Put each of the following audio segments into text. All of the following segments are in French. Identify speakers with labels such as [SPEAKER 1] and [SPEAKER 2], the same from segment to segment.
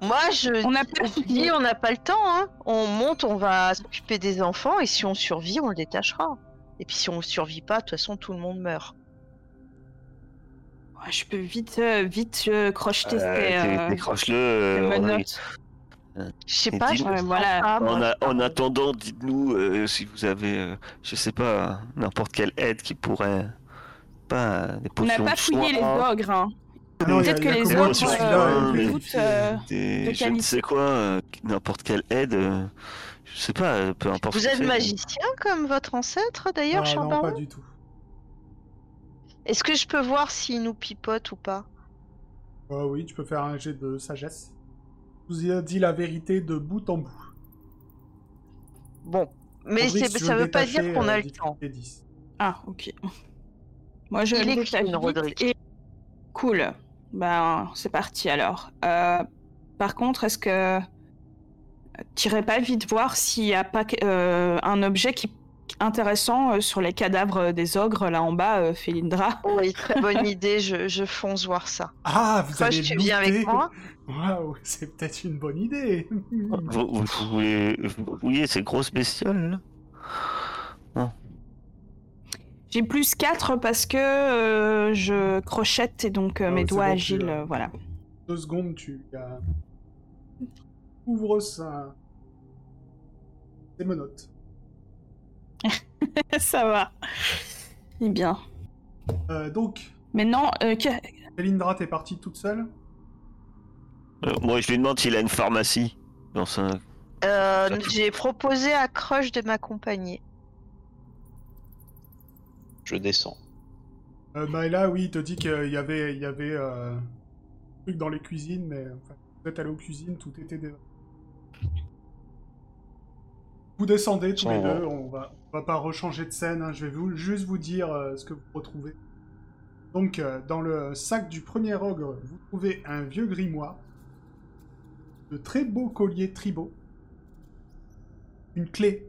[SPEAKER 1] Moi, je.
[SPEAKER 2] On n'a pas
[SPEAKER 1] on se dit, on n'a pas le temps. Hein. On monte, on va s'occuper des enfants et si on survit, on le détachera. Et puis si on survit pas, de toute façon, tout le monde meurt.
[SPEAKER 2] Ouais, Ah, Je peux vite, euh, vite euh, crocheter
[SPEAKER 3] Euh,
[SPEAKER 2] ces,
[SPEAKER 3] dé-
[SPEAKER 2] euh,
[SPEAKER 3] Décroche-le.
[SPEAKER 2] ces
[SPEAKER 3] euh,
[SPEAKER 2] bonnes
[SPEAKER 3] on a-
[SPEAKER 2] notes.
[SPEAKER 1] Je sais
[SPEAKER 3] Et
[SPEAKER 1] pas.
[SPEAKER 3] dis-le.
[SPEAKER 1] je me
[SPEAKER 2] Ouais,
[SPEAKER 1] sens
[SPEAKER 2] voilà.
[SPEAKER 1] pas, moi.
[SPEAKER 3] En, a- en attendant, dites-nous euh, si vous avez, euh, je sais pas, n'importe quelle aide qui pourrait. Pas euh, des
[SPEAKER 2] On n'a
[SPEAKER 3] potions
[SPEAKER 2] pas
[SPEAKER 3] de
[SPEAKER 2] fouillé les
[SPEAKER 3] soins,
[SPEAKER 2] ogres. hein.
[SPEAKER 1] Ah
[SPEAKER 3] Non,
[SPEAKER 2] Peut-être que les
[SPEAKER 3] comment
[SPEAKER 2] autres
[SPEAKER 3] sur
[SPEAKER 2] euh,
[SPEAKER 3] celui-là, hein,
[SPEAKER 2] nous
[SPEAKER 3] mais-
[SPEAKER 2] écoutent, euh,
[SPEAKER 3] des-
[SPEAKER 2] de
[SPEAKER 3] je ne
[SPEAKER 2] qualité.
[SPEAKER 3] sais quoi, euh, n'importe quelle aide, euh, je sais pas, euh, peu importe. ce
[SPEAKER 1] Vous
[SPEAKER 3] que
[SPEAKER 1] êtes
[SPEAKER 3] c'est.
[SPEAKER 1] magicien comme votre ancêtre d'ailleurs,
[SPEAKER 4] Ah,
[SPEAKER 1] cher
[SPEAKER 4] non,
[SPEAKER 1] baron
[SPEAKER 4] pas du tout.
[SPEAKER 1] Est-ce que je peux voir s'il nous pipote ou pas
[SPEAKER 4] Euh, oui, tu peux faire un jet de sagesse. Je vous ai dit la vérité de bout en bout.
[SPEAKER 1] Bon. Mais
[SPEAKER 4] Fabrice,
[SPEAKER 1] c'est-
[SPEAKER 4] si tu
[SPEAKER 1] ça
[SPEAKER 4] veux
[SPEAKER 1] veut pas
[SPEAKER 4] détacher,
[SPEAKER 1] dire qu'on
[SPEAKER 4] euh,
[SPEAKER 1] a le
[SPEAKER 4] difficulté
[SPEAKER 1] temps.
[SPEAKER 4] 10.
[SPEAKER 2] Ah, ok. Moi, je
[SPEAKER 1] Il
[SPEAKER 2] le
[SPEAKER 1] est
[SPEAKER 2] détache
[SPEAKER 1] clean,
[SPEAKER 2] vite
[SPEAKER 1] Roderick.
[SPEAKER 2] et- Cool. Ben, c'est parti alors. Euh, par contre, est-ce que t'irais pas vite voir s'il y a pas que- euh, un objet qui intéressant euh, sur les cadavres des ogres là en bas, euh, Félindra
[SPEAKER 1] Oh, Oui, très bonne idée, je, je fonce voir ça.
[SPEAKER 4] Ah, vous
[SPEAKER 1] Roche,
[SPEAKER 4] allez
[SPEAKER 1] tu viens avec
[SPEAKER 4] looter.
[SPEAKER 1] moi
[SPEAKER 4] Waouh, c'est peut-être une bonne idée.
[SPEAKER 3] Vous, vous, pouvez vous fouillez ces grosses bestioles là
[SPEAKER 2] J'ai plus 4 parce que euh, je crochette et donc euh,
[SPEAKER 4] Ah
[SPEAKER 2] mes
[SPEAKER 4] ouais, c'est
[SPEAKER 2] doigts
[SPEAKER 4] bon, tu
[SPEAKER 2] agiles,
[SPEAKER 4] l'as.
[SPEAKER 2] euh, voilà.
[SPEAKER 4] Deux secondes, tu euh, ouvres ça. C'est monote.
[SPEAKER 2] Ça va. Eh bien.
[SPEAKER 4] Euh, donc,
[SPEAKER 2] Maintenant, euh, que-
[SPEAKER 4] Elindra, t'es partie toute seule
[SPEAKER 3] Euh, Moi je lui demande s'il a une pharmacie dans sa.
[SPEAKER 1] Euh,
[SPEAKER 3] Ça peut-
[SPEAKER 1] J'ai proposé à Crush de m'accompagner.
[SPEAKER 5] Je descends.
[SPEAKER 4] euh, Bah là, oui, il te dit qu'il y avait, il y avait euh, un truc dans les cuisines, mais enfin, vous êtes allé aux cuisines, tout était. dé- Vous descendez tous les
[SPEAKER 5] Sans-
[SPEAKER 4] deux, on va, on va pas rechanger de scène, hein, je vais vous, juste vous dire euh, ce que vous retrouvez. Donc, euh, dans le sac du premier ogre, vous trouvez un vieux grimoire, de très beaux colliers tribaux, une clé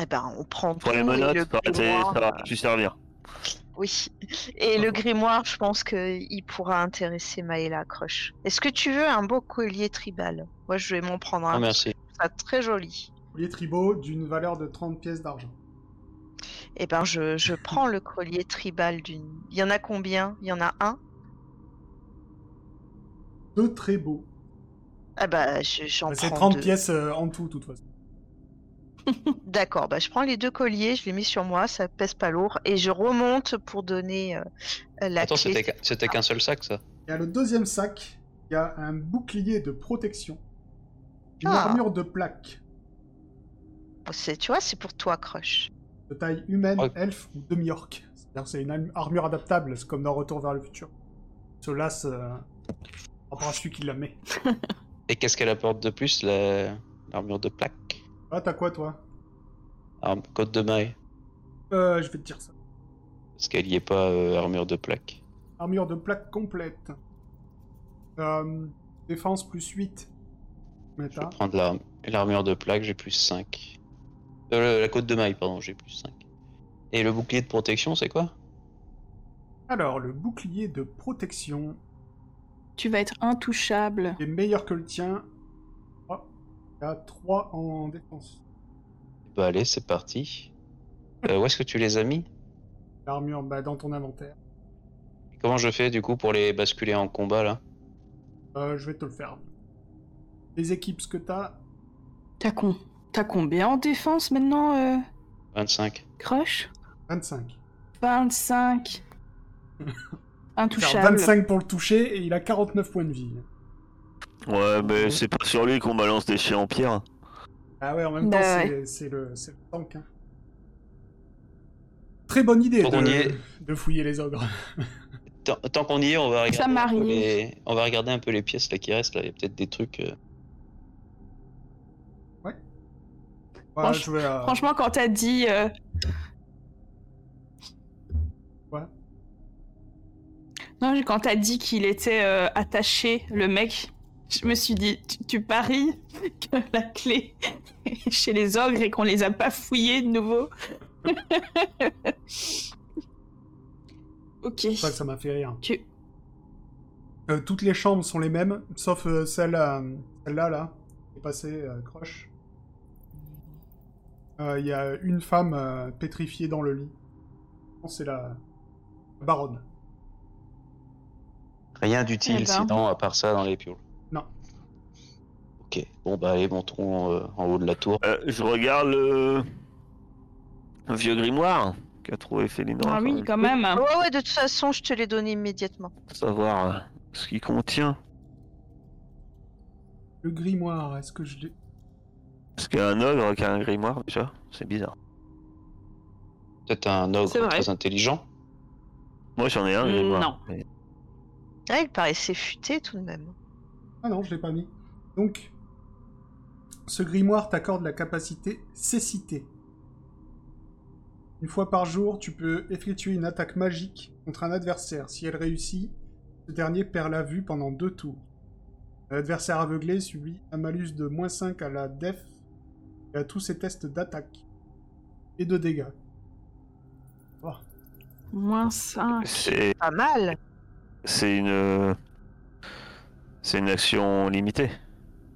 [SPEAKER 1] Eh ben, on prend
[SPEAKER 3] Pour
[SPEAKER 1] tout
[SPEAKER 3] les
[SPEAKER 1] et
[SPEAKER 3] menottes,
[SPEAKER 1] le
[SPEAKER 3] ça aurait été-
[SPEAKER 1] grimoire,
[SPEAKER 3] ça aurait pu servir.
[SPEAKER 1] Oui. Et le grimoire, je pense qu'il pourra intéresser Maëla Crush. Est-ce que tu veux un beau collier tribal Moi, je vais m'en prendre
[SPEAKER 5] Ah,
[SPEAKER 1] un.
[SPEAKER 5] merci.
[SPEAKER 1] Je trouve ça très joli.
[SPEAKER 4] colliers tribaux d'une valeur de 30 pièces d'argent.
[SPEAKER 1] Eh ben, je, je prends le collier tribal d'une. Il y en a combien Il y en a un
[SPEAKER 4] Deux très beaux.
[SPEAKER 1] Ah bah, je- j'en
[SPEAKER 4] C'est
[SPEAKER 1] prends
[SPEAKER 4] 30
[SPEAKER 1] deux.
[SPEAKER 4] pièces euh, en tout, de toute façon.
[SPEAKER 1] D'accord, bah, je prends les deux colliers, je les mets sur moi, ça pèse pas lourd, et je remonte pour donner euh, la
[SPEAKER 5] Attends,
[SPEAKER 1] clé.
[SPEAKER 5] c'était qu'un- c'était qu'un seul sac ça
[SPEAKER 4] Et à le deuxième sac, il y a un bouclier de protection. Une
[SPEAKER 1] Ah.
[SPEAKER 4] armure de plaque
[SPEAKER 1] C'est- Tu vois, c'est pour toi, Crush.
[SPEAKER 4] de taille humaine,
[SPEAKER 5] Oh.
[SPEAKER 4] elfe ou demi-orc. C'est-à-dire que c'est une al- armure adaptable, c'est comme dans Retour vers le futur. Cela, c'est euh, par rapport à celui qui la met.
[SPEAKER 5] Et qu'est-ce qu'elle apporte de plus, la- l'armure de plaque
[SPEAKER 4] Ah, t'as quoi, toi
[SPEAKER 5] Arme... Côte de maille
[SPEAKER 4] euh, Je vais te dire ça.
[SPEAKER 5] Parce qu'elle y est pas euh, armure de plaque.
[SPEAKER 4] Armure de plaque complète. Euh, défense plus 8.
[SPEAKER 5] Je vais
[SPEAKER 4] Méta.
[SPEAKER 5] prendre l'arme- l'armure de plaque, j'ai plus 5. Euh, la côte de maille, pardon, j'ai plus 5. Et le bouclier de protection, c'est quoi
[SPEAKER 4] Alors, le bouclier de protection
[SPEAKER 2] tu vas être intouchable.
[SPEAKER 4] est meilleur que le tien. Oh, il y a 3 en défense.
[SPEAKER 5] Bah allez, c'est parti. Euh, où est-ce que tu les as mis
[SPEAKER 4] L'armure bah, dans ton inventaire.
[SPEAKER 5] Comment je fais du coup pour les basculer en combat là
[SPEAKER 4] Euh, je vais te le faire. Les équipes, ce que t'as,
[SPEAKER 2] T'as con... t'as combien en défense maintenant, euh,
[SPEAKER 5] 25.
[SPEAKER 2] Crush
[SPEAKER 4] 25.
[SPEAKER 2] 25.
[SPEAKER 4] Faire
[SPEAKER 2] Intouchable.
[SPEAKER 4] 25 pour le toucher et il a 49 points de vie.
[SPEAKER 3] Ouais, mais c'est pas sur lui qu'on balance des chiens en pierre.
[SPEAKER 4] Ah ouais, en même
[SPEAKER 2] Bah
[SPEAKER 4] temps, c'est- c'est le, c'est le tank. hein. Très bonne idée
[SPEAKER 5] Tant qu'on y
[SPEAKER 4] de,
[SPEAKER 5] est.
[SPEAKER 4] de fouiller les ogres.
[SPEAKER 5] Tant, tant qu'on y est, on va regarder.
[SPEAKER 2] Ça
[SPEAKER 5] un peu
[SPEAKER 2] m'arrive.
[SPEAKER 5] les... On va regarder un peu les pièces là qui restent. Là, il y a peut-être des trucs. euh,
[SPEAKER 4] Voilà,
[SPEAKER 2] Franch-
[SPEAKER 4] je vais, euh,
[SPEAKER 2] Franchement, quand t'as dit. euh,
[SPEAKER 4] Quoi
[SPEAKER 2] Non, quand t'as dit qu'il était euh, attaché, le mec, je me suis dit, tu, tu paries que la clé est chez les ogres et qu'on les a pas fouillés de nouveau. ok.
[SPEAKER 4] c'est pour ça que ça m'a fait rire.
[SPEAKER 2] Tu...
[SPEAKER 4] Euh, toutes les chambres sont les mêmes, sauf euh, celle, euh, celle-là, là, qui est passée, euh, croche. Euh, Il y a une femme euh, pétrifiée dans le lit. Je pense que c'est la... la baronne.
[SPEAKER 5] Rien d'utile
[SPEAKER 2] Eh ben.
[SPEAKER 5] sinon, à part ça, dans les pioles.
[SPEAKER 4] Non.
[SPEAKER 5] Ok, bon bah allez, montons euh, en haut de la tour.
[SPEAKER 3] Euh, je regarde le... le vieux grimoire qu'a trouvé Félina.
[SPEAKER 2] Ah oui,
[SPEAKER 3] enfin,
[SPEAKER 2] quand même.
[SPEAKER 1] Ouais, ouais, de toute façon, je te l'ai donné immédiatement.
[SPEAKER 3] pour savoir euh, ce qu'il contient.
[SPEAKER 4] Le grimoire, est-ce que je l'ai...
[SPEAKER 3] Parce qu'un ogre qui a un grimoire, déjà, c'est bizarre.
[SPEAKER 5] Peut-être un ogre
[SPEAKER 2] C'est vrai.
[SPEAKER 5] très intelligent.
[SPEAKER 3] Moi, j'en ai un
[SPEAKER 2] Mm,
[SPEAKER 3] grimoire.
[SPEAKER 2] non.
[SPEAKER 3] mais-
[SPEAKER 1] Ah, il paraissait futé tout de même.
[SPEAKER 4] Ah non, je l'ai pas mis. Donc, ce grimoire t'accorde la capacité cécité. Une fois par jour, tu peux effectuer une attaque magique contre un adversaire. Si elle réussit, ce dernier perd la vue pendant deux tours. L'adversaire aveuglé subit un malus de moins 5 à la def et à tous ses tests d'attaque et de dégâts.
[SPEAKER 2] Moins 5.
[SPEAKER 3] C'est...
[SPEAKER 1] Pas mal.
[SPEAKER 3] c'est une... C'est une action limitée.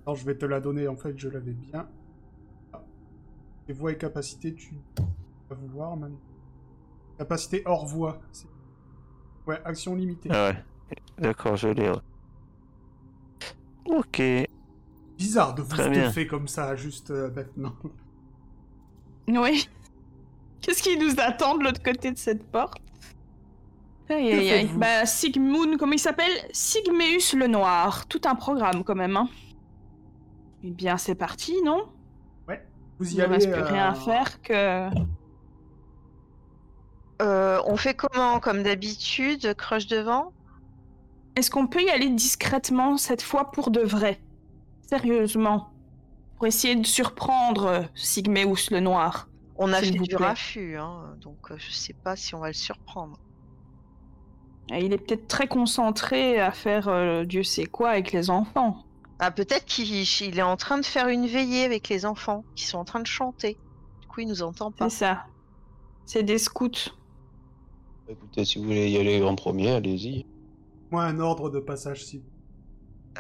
[SPEAKER 4] Alors je vais te la donner, en fait je l'avais bien. Les voix et capacités, tu vas voir même. Capacité hors voix. c'est- Ouais, action limitée.
[SPEAKER 3] Ah ouais. D'accord, je l'ai. ouais. Ok.
[SPEAKER 4] Bizarre de vous
[SPEAKER 3] Très bien.
[SPEAKER 4] fait comme ça, juste euh, maintenant.
[SPEAKER 2] Oui. Qu'est-ce qui nous attend de l'autre côté de cette porte Aïe, aïe, aïe.
[SPEAKER 4] faites-vous
[SPEAKER 2] Bah, Sigmund, comment il s'appelle Sigmeus le Noir. Tout un programme, quand même. Hein. Eh bien, c'est parti, non
[SPEAKER 4] Vous y
[SPEAKER 2] Il ne
[SPEAKER 4] allez.
[SPEAKER 2] reste plus
[SPEAKER 4] euh,
[SPEAKER 2] rien à faire que...
[SPEAKER 1] Euh, on fait comment Comme d'habitude, croche devant
[SPEAKER 2] Est-ce qu'on peut y aller discrètement, cette fois pour de vrai Sérieusement Pour essayer de surprendre euh, Sigmeus le Noir.
[SPEAKER 1] On a
[SPEAKER 2] S'il
[SPEAKER 1] fait
[SPEAKER 2] vous
[SPEAKER 1] du
[SPEAKER 2] plaît.
[SPEAKER 1] raffut, hein, donc euh, je sais pas si on va le surprendre.
[SPEAKER 2] Et il est peut-être très concentré à faire euh, Dieu sait quoi avec les enfants.
[SPEAKER 1] Ah, peut-être qu'il il est en train de faire une veillée avec les enfants qui sont en train de chanter. Du coup, il nous entend pas.
[SPEAKER 2] C'est ça. C'est des scouts.
[SPEAKER 5] Bah, Écoutez, si vous voulez y aller en premier, allez-y.
[SPEAKER 4] Moi, un ordre de passage, si.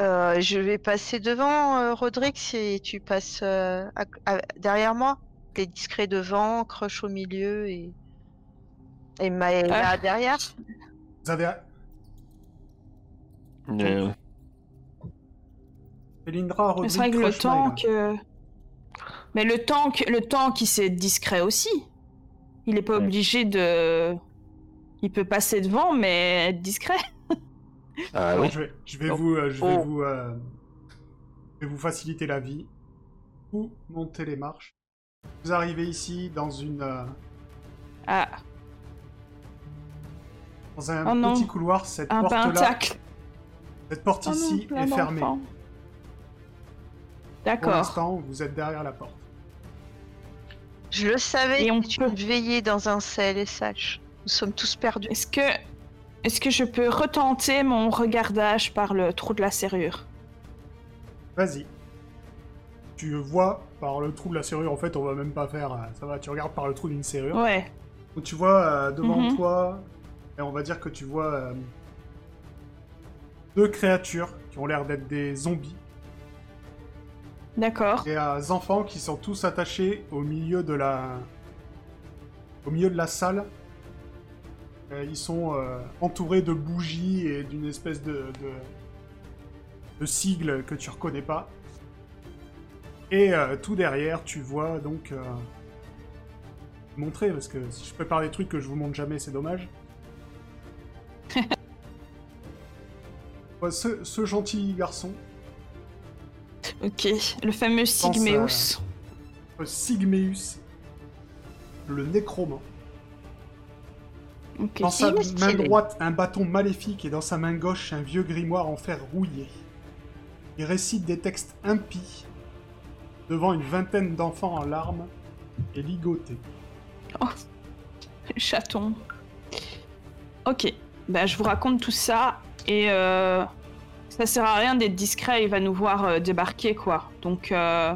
[SPEAKER 1] Euh, je vais passer devant, euh, Rodrigue, si tu passes euh, à- à- derrière moi. T'es discret devant, croche au milieu et, et Maëla
[SPEAKER 2] Ah.
[SPEAKER 1] derrière.
[SPEAKER 4] Vous avez.
[SPEAKER 3] Euh,
[SPEAKER 4] Elindra,
[SPEAKER 2] Mais
[SPEAKER 4] Rodrigue, hein.
[SPEAKER 2] c'est vrai que le
[SPEAKER 4] Croche, Maëla.
[SPEAKER 2] tank. euh, Mais le tank, le tank, il s'est discret aussi. Il n'est pas
[SPEAKER 3] Ouais.
[SPEAKER 2] obligé de. Il peut passer devant, mais être discret.
[SPEAKER 5] Ah
[SPEAKER 4] Alors,
[SPEAKER 5] oui.
[SPEAKER 4] Je vais, je vais
[SPEAKER 1] Oh.
[SPEAKER 4] vous, euh, je vais
[SPEAKER 1] Oh.
[SPEAKER 4] vous, euh, je vais vous faciliter la vie. Vous montez les marches. Vous arrivez ici dans une, euh,
[SPEAKER 2] Ah,
[SPEAKER 4] dans un
[SPEAKER 2] Oh non.
[SPEAKER 4] petit couloir. Cette
[SPEAKER 2] un
[SPEAKER 4] porte là,
[SPEAKER 2] pentacle.
[SPEAKER 4] cette porte
[SPEAKER 2] Oh non,
[SPEAKER 4] ici
[SPEAKER 2] plein
[SPEAKER 4] est fermée.
[SPEAKER 2] d'enfants.
[SPEAKER 4] Pour
[SPEAKER 2] D'accord.
[SPEAKER 4] l'instant, vous êtes derrière la porte.
[SPEAKER 1] Je le savais,
[SPEAKER 2] Et on
[SPEAKER 1] c'est une
[SPEAKER 2] peut.
[SPEAKER 1] veillée dans un CLSH. Nous sommes tous perdus.
[SPEAKER 2] Est-ce que. Est-ce que je peux retenter mon regardage par le trou de la serrure
[SPEAKER 4] Vas-y. Tu vois par le trou de la serrure. En fait, on va même pas faire. euh, Ça va. Tu regardes par le trou d'une serrure.
[SPEAKER 2] Ouais.
[SPEAKER 4] Donc, tu vois euh, devant
[SPEAKER 2] Mhm.
[SPEAKER 4] toi, et on va dire que tu vois euh, deux créatures qui ont l'air d'être des zombies.
[SPEAKER 2] D'accord.
[SPEAKER 4] des euh, enfants qui sont tous attachés au milieu de la au milieu de la salle. Euh, ils sont euh, entourés de bougies et d'une espèce de, de de sigle que tu reconnais pas. Et euh, tout derrière, tu vois donc euh, montrer parce que si je prépare des trucs que je vous montre jamais, c'est dommage. Ouais, ce, ce gentil garçon,
[SPEAKER 2] Ok. Le fameux
[SPEAKER 4] pense, euh,
[SPEAKER 2] Sigmeus.
[SPEAKER 4] Sigmeus, le nécromant.
[SPEAKER 2] Ok.
[SPEAKER 4] Dans sa
[SPEAKER 1] Il est
[SPEAKER 4] main
[SPEAKER 1] stylé.
[SPEAKER 4] droite, un bâton maléfique et dans sa main gauche, un vieux grimoire en fer rouillé. Il récite des textes impies devant une vingtaine d'enfants en larmes et ligotés.
[SPEAKER 2] Chaton. Ok, bah, je vous raconte tout ça et euh, ça sert à rien d'être discret, il va nous voir euh, débarquer quoi. Donc euh,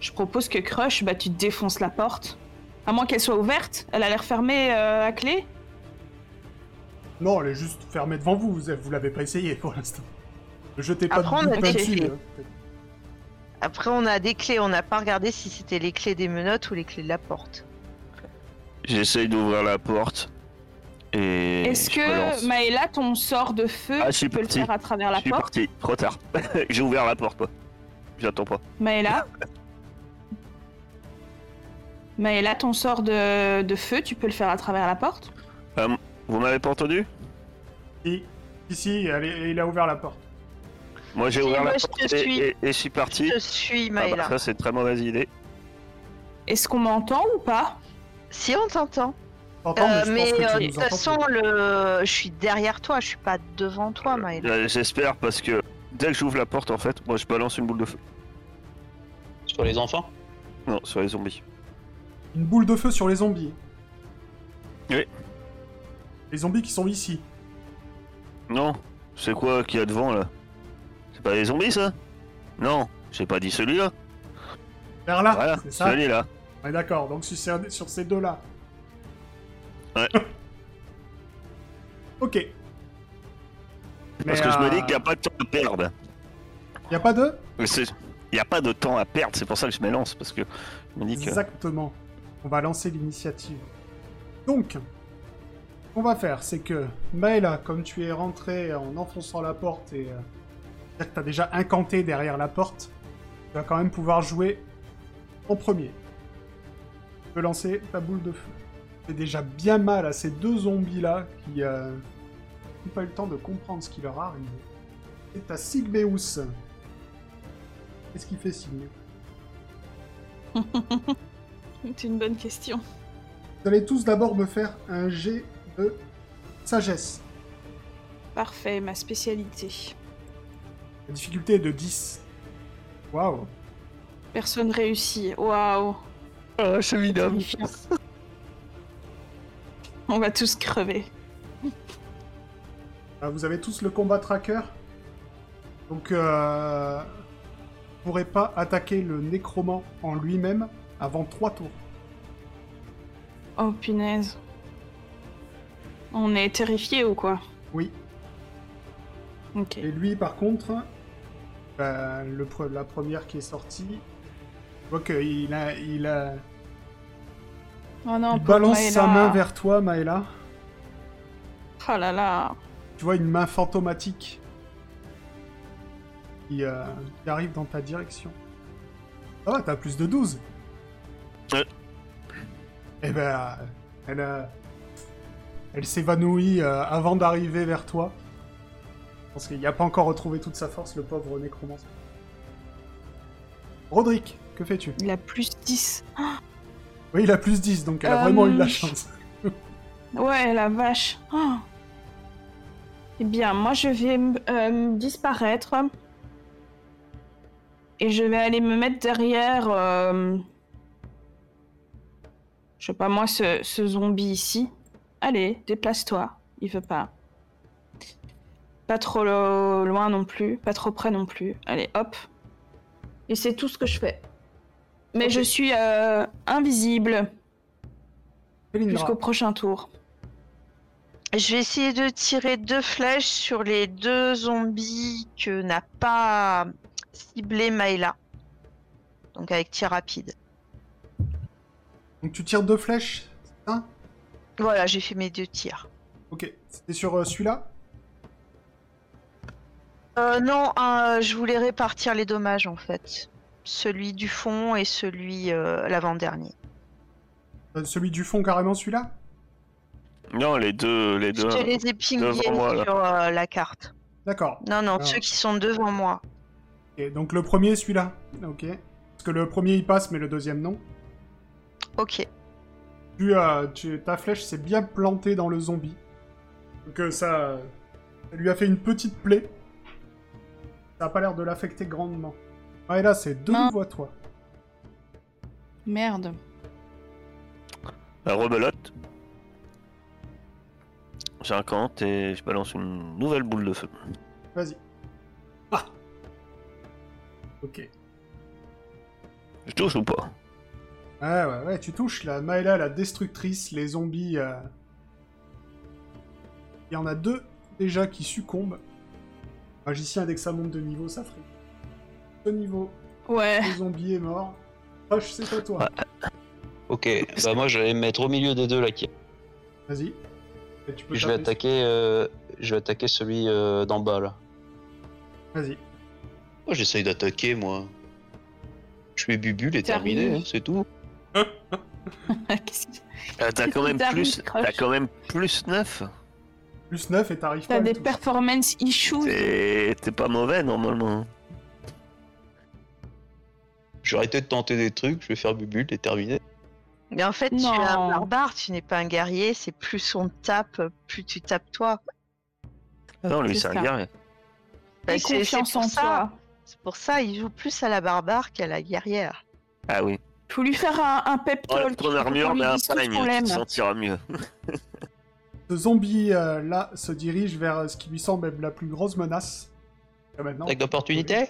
[SPEAKER 2] je propose que Crush, bah, tu défonces la porte. À moins qu'elle soit ouverte, elle a l'air fermée euh, à clé.
[SPEAKER 4] Non, elle est juste fermée devant vous, vous, vous l'avez pas essayé pour l'instant. Ne jetez pas
[SPEAKER 1] Après, on
[SPEAKER 4] de
[SPEAKER 1] a des-
[SPEAKER 4] bouquin dessus. hein.
[SPEAKER 1] Après, on a des clés. On n'a pas regardé si c'était les clés des menottes ou les clés de la porte.
[SPEAKER 3] J'essaye d'ouvrir la porte. Et.
[SPEAKER 2] Est-ce
[SPEAKER 3] je me lance.
[SPEAKER 2] que, Maëla, ton sort de feu,
[SPEAKER 3] Ah, je
[SPEAKER 2] tu
[SPEAKER 3] suis
[SPEAKER 2] peux le
[SPEAKER 3] parti.
[SPEAKER 2] faire à travers la
[SPEAKER 3] Je suis
[SPEAKER 2] porte
[SPEAKER 3] parti, trop tard. J'ai ouvert la porte, moi. J'attends pas.
[SPEAKER 2] Maëla Maëla, ton sort de, de feu, tu peux le faire à travers la porte
[SPEAKER 3] Vous m'avez pas entendu
[SPEAKER 4] Si, si, si, elle est- il a ouvert la porte.
[SPEAKER 3] Moi j'ai
[SPEAKER 1] Si,
[SPEAKER 3] ouvert
[SPEAKER 1] moi,
[SPEAKER 3] la
[SPEAKER 1] je te
[SPEAKER 3] porte et,
[SPEAKER 1] suis.
[SPEAKER 3] et- et je suis parti.
[SPEAKER 1] Je suis
[SPEAKER 3] Ah bah,
[SPEAKER 1] Maëla.
[SPEAKER 3] ça c'est une très mauvaise idée.
[SPEAKER 2] Est-ce qu'on m'entend ou pas
[SPEAKER 1] Si on t'entend.
[SPEAKER 4] T'entends,
[SPEAKER 1] Euh,
[SPEAKER 4] Oh, je
[SPEAKER 1] mais
[SPEAKER 4] pense que tu
[SPEAKER 1] euh,
[SPEAKER 4] nous
[SPEAKER 1] de toute
[SPEAKER 4] entends
[SPEAKER 1] façon, le... je suis derrière toi. Je suis pas devant toi, Maëla.
[SPEAKER 3] Euh, J'espère parce que dès que j'ouvre la porte en fait, moi je balance une boule de feu.
[SPEAKER 5] Sur les enfants
[SPEAKER 3] Non, sur les zombies.
[SPEAKER 4] plus. Une boule de feu sur les zombies.
[SPEAKER 3] Oui.
[SPEAKER 4] Les zombies qui sont ici.
[SPEAKER 3] Non, c'est quoi qu'il y a devant là C'est pas les zombies ça Non, j'ai pas dit celui-là.
[SPEAKER 4] Vers là,
[SPEAKER 3] voilà,
[SPEAKER 4] Ah, c'est ça
[SPEAKER 3] celui-là.
[SPEAKER 4] Ouais, D'accord, donc sur ces, sur ces deux-là.
[SPEAKER 3] Ouais.
[SPEAKER 4] ok.
[SPEAKER 3] Parce que je
[SPEAKER 4] euh,
[SPEAKER 3] me dis qu'il n'y a pas de temps à perdre.
[SPEAKER 4] n'y a pas deux
[SPEAKER 3] Mais c'est- Il n'y a pas de temps à perdre, c'est pour ça que je me lance. Parce que je me dis que.
[SPEAKER 4] Exactement. On va lancer l'initiative. Donc, ce qu'on va faire, c'est que Maëla, comme tu es rentré en enfonçant la porte et euh, c'est-à-dire que t'as déjà incanté derrière la porte, tu vas quand même pouvoir jouer en premier. Tu peux lancer ta boule de feu. C'est déjà bien mal à ces deux zombies là qui euh, n'ont pas eu le temps de comprendre ce qui leur arrive. C'est à Sigbeus. Qu'est-ce qui fait Sigbeus
[SPEAKER 2] C'est une bonne question.
[SPEAKER 4] Vous allez tous d'abord me faire un jet de sagesse.
[SPEAKER 2] Parfait, ma spécialité.
[SPEAKER 4] La difficulté est de 10. Waouh.
[SPEAKER 2] Personne réussit. Waouh.
[SPEAKER 3] Ah, c'est minable.
[SPEAKER 2] Terrifiant. On va tous crever.
[SPEAKER 4] Ah, Vous avez tous le combat tracker. Donc, euh, vous ne pourrez pas attaquer le nécromant en lui-même avant 3 tours.
[SPEAKER 2] Oh punaise. On est terrifié ou quoi
[SPEAKER 4] Oui.
[SPEAKER 2] Ok.
[SPEAKER 4] Et lui, par contre, euh, le pre- la première qui est sortie, tu vois qu'il a, il a,
[SPEAKER 2] Oh non,
[SPEAKER 4] il
[SPEAKER 2] pauvre
[SPEAKER 4] balance
[SPEAKER 2] Maëla.
[SPEAKER 4] sa main vers toi, Maëla.
[SPEAKER 2] Oh là là.
[SPEAKER 4] Tu vois une main fantomatique qui, euh, qui arrive dans ta direction. Ah ouais, t'as plus de 12
[SPEAKER 3] Ouais.
[SPEAKER 4] Eh ben, elle, euh, elle s'évanouit euh, avant d'arriver vers toi. Parce qu'il n'a pas encore retrouvé toute sa force, le pauvre nécromancien. Roderick, que fais-tu
[SPEAKER 2] Il a plus 10.
[SPEAKER 4] Oui, il a plus 10, donc elle a vraiment eu de la
[SPEAKER 2] Euh,
[SPEAKER 4] chance.
[SPEAKER 2] Ouais, la vache. Oh. Eh bien, moi, je vais m- euh, me disparaître. Et je vais aller me mettre derrière. euh, Je sais pas, moi, ce, ce zombie ici. Allez, déplace-toi. Il veut pas. Pas trop lo- loin non plus. Pas trop près non plus. Allez, hop. Et c'est tout ce que je fais. Mais je suis euh, invisible
[SPEAKER 4] Felindra.
[SPEAKER 2] jusqu'au prochain tour.
[SPEAKER 1] Je vais essayer de tirer deux flèches sur les deux zombies que n'a pas ciblé Maëla. Donc avec tir rapide.
[SPEAKER 4] Donc tu tires deux flèches, c'est ça
[SPEAKER 1] Voilà, j'ai fait mes deux tirs.
[SPEAKER 4] Ok, c'était sur euh, celui-là
[SPEAKER 1] Euh, non, euh, je voulais répartir les dommages en fait. Celui du fond et celui euh, l'avant-dernier.
[SPEAKER 4] Euh, Celui du fond, carrément celui-là
[SPEAKER 3] Non, les deux. Les
[SPEAKER 1] Je
[SPEAKER 3] deux. hein.
[SPEAKER 1] te les ai pingés
[SPEAKER 3] devant moi, là.
[SPEAKER 1] sur euh, la carte.
[SPEAKER 4] D'accord.
[SPEAKER 1] Non, non,
[SPEAKER 4] Ah.
[SPEAKER 1] ceux qui sont devant moi.
[SPEAKER 4] Ok, donc le premier, celui-là. Ok. Parce que le premier, il passe, mais le deuxième, non.
[SPEAKER 1] Ok.
[SPEAKER 4] Tu, euh, tu- ta flèche s'est bien plantée dans le zombie. Donc euh, ça, euh, ça lui a fait une petite plaie. Ça a pas l'air de l'affecter grandement. Ah, et là, c'est de
[SPEAKER 2] Non.
[SPEAKER 4] nouveau à toi.
[SPEAKER 2] Merde.
[SPEAKER 3] La rebelote. J'incante et je balance une nouvelle boule de feu.
[SPEAKER 4] Vas-y. Ah Ok.
[SPEAKER 3] Je touche ou pas
[SPEAKER 4] Ouais, ouais, ouais, tu touches la Maëla, la destructrice, les zombies. euh, Il y en a deux déjà qui succombent. Magicien, dès que ça monte de niveau, ça frise. Ce niveau,
[SPEAKER 2] Ouais.
[SPEAKER 4] le zombie est mort. Roche, c'est à toi.
[SPEAKER 5] Ok, bah moi je vais me mettre au milieu des deux là qui.
[SPEAKER 4] Vas-y. Et tu peux
[SPEAKER 5] Je vais
[SPEAKER 4] taper.
[SPEAKER 5] attaquer, euh, je vais attaquer celui euh, d'en bas là.
[SPEAKER 4] Vas-y.
[SPEAKER 5] Moi j'essaye d'attaquer moi. Je fais bubule et
[SPEAKER 2] Terminé.
[SPEAKER 5] terminé, hein, c'est tout.
[SPEAKER 2] Qu'est-ce que-
[SPEAKER 3] Euh, T'as quand même
[SPEAKER 2] Darwin
[SPEAKER 3] plus.
[SPEAKER 2] Crush.
[SPEAKER 3] T'as quand même plus 9.
[SPEAKER 4] Plus 9 et t'arrives pas
[SPEAKER 2] T'as
[SPEAKER 4] à le
[SPEAKER 2] des
[SPEAKER 4] toucher.
[SPEAKER 2] performance issues.
[SPEAKER 3] T'es t'es pas mauvais normalement.
[SPEAKER 5] Je vais arrêter de tenter des trucs, je vais faire bubule et terminé.
[SPEAKER 1] Mais en fait, tu es un
[SPEAKER 2] Non.
[SPEAKER 1] barbare, tu n'es pas un guerrier, c'est plus on te tape, plus tu tapes toi.
[SPEAKER 3] Ah Non, lui,
[SPEAKER 2] Euh, C'est
[SPEAKER 3] c'est un
[SPEAKER 2] ça.
[SPEAKER 3] guerrier.
[SPEAKER 1] Bah,
[SPEAKER 2] Fais
[SPEAKER 1] c'est- c'est
[SPEAKER 2] confiance
[SPEAKER 1] pour
[SPEAKER 2] en
[SPEAKER 1] ça.
[SPEAKER 2] toi.
[SPEAKER 1] C'est pour ça, il joue plus à la barbare qu'à la guerrière.
[SPEAKER 3] Ah oui.
[SPEAKER 2] Faut lui faire un, un pep
[SPEAKER 3] Enlève
[SPEAKER 2] talk.
[SPEAKER 3] ton
[SPEAKER 2] faut qu'on
[SPEAKER 3] armure,
[SPEAKER 2] lui
[SPEAKER 3] mais un
[SPEAKER 2] dise tout ce
[SPEAKER 3] pagne,
[SPEAKER 2] qu'on
[SPEAKER 3] tu
[SPEAKER 2] l'aime.
[SPEAKER 3] te sentiras mieux.
[SPEAKER 4] Ce zombie euh, là se dirige vers euh, ce qui lui semble être la plus grosse menace. Et maintenant.
[SPEAKER 5] Attaque d'opportunité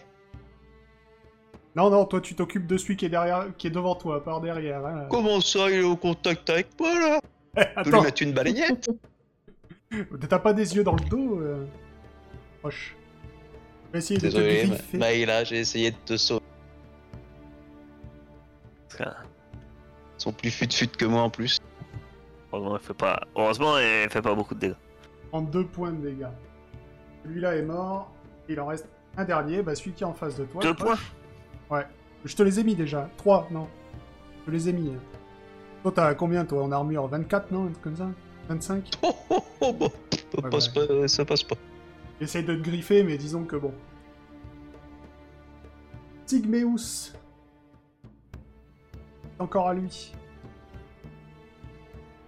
[SPEAKER 4] Non, non, toi tu t'occupes de celui qui est derrière, qui est devant toi, par derrière. hein.
[SPEAKER 5] Comment ça il est au contact avec moi là Tu lui
[SPEAKER 4] Attends,
[SPEAKER 5] mettre une balayette
[SPEAKER 4] t'as pas des yeux dans le dos euh... Roche. Je vais essayer de te
[SPEAKER 5] Désolé, Ma-
[SPEAKER 4] griffer.
[SPEAKER 5] Maïla, j'ai essayé de te sauver. Ils sont plus fut-fut que moi en plus.
[SPEAKER 3] Heureusement, elle fait pas. Heureusement, elle fait pas beaucoup de dégâts.
[SPEAKER 4] En deux points de dégâts. Celui-là est mort. Il en reste un dernier. Bah celui qui est en face de toi.
[SPEAKER 3] Deux
[SPEAKER 4] Roche.
[SPEAKER 3] points.
[SPEAKER 4] Je te les ai mis déjà. Trois, non. Je te les ai mis. Toi t'as combien toi en armure 24, non Un truc comme ça 25
[SPEAKER 5] Oh, oh, oh, bon, ça
[SPEAKER 4] Ouais,
[SPEAKER 5] passe
[SPEAKER 4] bah.
[SPEAKER 5] pas, ça passe pas.
[SPEAKER 4] J'essaie de te griffer, mais disons que bon. Sigmeus. Encore à lui.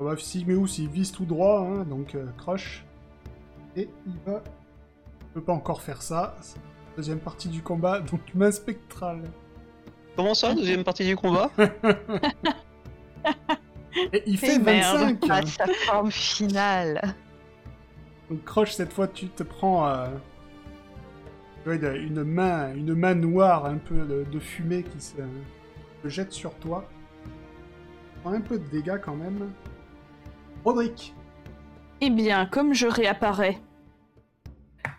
[SPEAKER 4] Ah bah, Sigmeus, il vise tout droit, hein, donc euh, crush. Et il va. Je peux pas encore faire ça. C'est la Deuxième partie du combat, donc main spectrale.
[SPEAKER 5] Comment ça, deuxième partie du combat
[SPEAKER 4] Et il fait
[SPEAKER 2] Et merde.
[SPEAKER 4] 25 hein.
[SPEAKER 1] À sa forme finale.
[SPEAKER 4] Donc Croche, cette fois, tu te prends euh, ouais, de- une main, une main noire, un peu de, de fumée qui se, se jette sur toi. Tu prends un peu de dégâts quand même. Roderick,
[SPEAKER 2] Eh bien, comme je réapparais,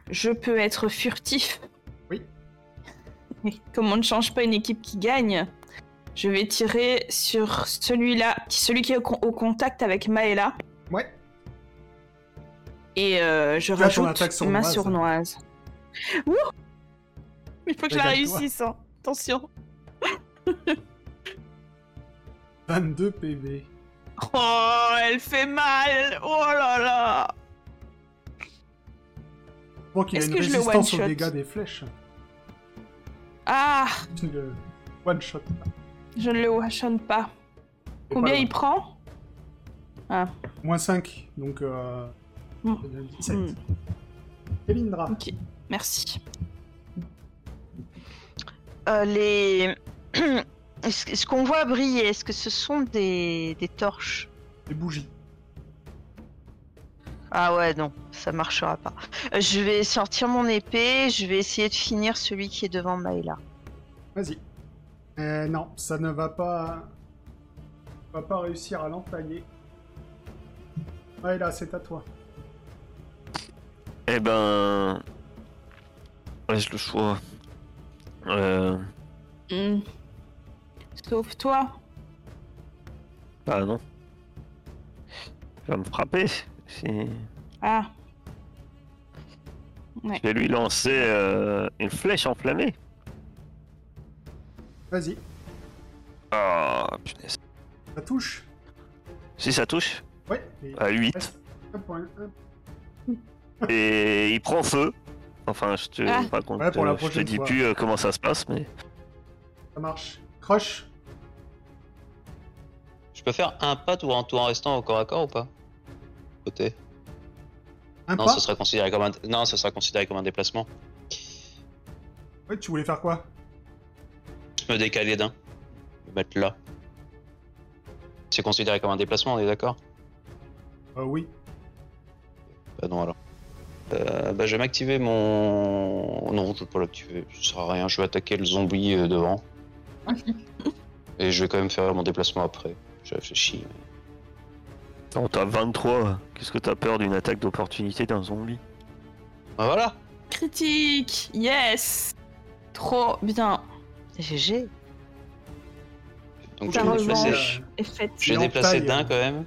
[SPEAKER 2] je peux être furtif.
[SPEAKER 4] Oui.
[SPEAKER 2] Et Comme on ne change pas une équipe qui gagne, je vais tirer sur celui-là, qui- celui qui est au, con- au contact avec Maëla,
[SPEAKER 4] ouais,
[SPEAKER 2] et euh, je
[SPEAKER 4] Tu as ton
[SPEAKER 2] rajoute
[SPEAKER 4] attaque sournoise.
[SPEAKER 2] ma sournoise. Wouh Il faut que je la
[SPEAKER 4] Régale-toi.
[SPEAKER 2] réussisse, hein. attention.
[SPEAKER 4] 22 PV.
[SPEAKER 2] Oh, elle fait mal Oh là là
[SPEAKER 4] Bon, qu'il a
[SPEAKER 2] Est-ce
[SPEAKER 4] une
[SPEAKER 2] que je le
[SPEAKER 4] résistance aux
[SPEAKER 2] one-shot
[SPEAKER 4] dégâts des flèches.
[SPEAKER 2] Ah,
[SPEAKER 4] Tu le one shot.
[SPEAKER 2] je ne le washonne pas.
[SPEAKER 4] C'est
[SPEAKER 2] Combien
[SPEAKER 4] pas
[SPEAKER 2] il prend
[SPEAKER 4] grave. Moins 5, donc euh,
[SPEAKER 2] Mm.
[SPEAKER 4] 17.
[SPEAKER 2] Hmm,
[SPEAKER 4] Elindra,
[SPEAKER 2] Ok, merci.
[SPEAKER 1] Euh, les... Est-ce ce qu'on voit briller, est-ce que ce sont des... des torches
[SPEAKER 4] les bougies.
[SPEAKER 1] Ah ouais, non, ça marchera pas. Euh, Je vais sortir mon épée, je vais essayer de finir celui qui est devant Maïla.
[SPEAKER 4] Vas-y. Euh, non, ça ne va pas. Va pas réussir à l'entailler. Ouais, là, c'est à toi.
[SPEAKER 3] Eh ben. Ouais, je le choix. Euh.
[SPEAKER 2] Hmm. Sauf toi.
[SPEAKER 3] Ah non. Il va me frapper. Si...
[SPEAKER 2] Ah,
[SPEAKER 3] Je vais lui lancer euh, une flèche enflammée.
[SPEAKER 4] Vas-y,
[SPEAKER 3] Ah punaise.
[SPEAKER 4] ça touche.
[SPEAKER 3] Si ça touche,
[SPEAKER 4] Ouais, et
[SPEAKER 3] à 8.
[SPEAKER 4] reste un point. un-
[SPEAKER 3] Et il prend feu. Enfin, je te
[SPEAKER 2] Ah.
[SPEAKER 3] raconte,
[SPEAKER 4] Ouais, pour la
[SPEAKER 3] euh, je te
[SPEAKER 4] prochaine
[SPEAKER 3] dis
[SPEAKER 4] fois.
[SPEAKER 3] plus euh, comment ça se passe, mais.
[SPEAKER 4] Ça marche. Croche,
[SPEAKER 5] Je peux faire un pas tout en, tout en restant au corps à corps ou pas Côté.
[SPEAKER 4] un
[SPEAKER 5] Non,
[SPEAKER 4] pas.
[SPEAKER 5] ce sera considéré comme un... non, ce sera considéré comme un déplacement.
[SPEAKER 4] Ouais, tu voulais faire quoi
[SPEAKER 5] Je me décaler d'un. Me mettre là. C'est considéré comme un déplacement, on est d'accord
[SPEAKER 4] Euh, oui.
[SPEAKER 5] Bah non alors. Euh, bah je vais m'activer mon... Non, je vais pas l'activer, ce sera rien, je vais attaquer le zombie euh, devant. Et je vais quand même faire mon déplacement après. J'ai réfléchi. mais-
[SPEAKER 3] Non, t'as 23. Qu'est-ce que t'as peur d'une attaque d'opportunité d'un zombie
[SPEAKER 5] Ah, voilà
[SPEAKER 2] Critique Yes Trop bien.
[SPEAKER 1] GG.
[SPEAKER 5] Donc
[SPEAKER 2] Ta
[SPEAKER 5] je vais déplacer,
[SPEAKER 2] revanche. Et faite.
[SPEAKER 5] je vais
[SPEAKER 4] Non,
[SPEAKER 5] déplacer
[SPEAKER 4] taille,
[SPEAKER 5] d'un
[SPEAKER 4] hein.
[SPEAKER 5] quand même.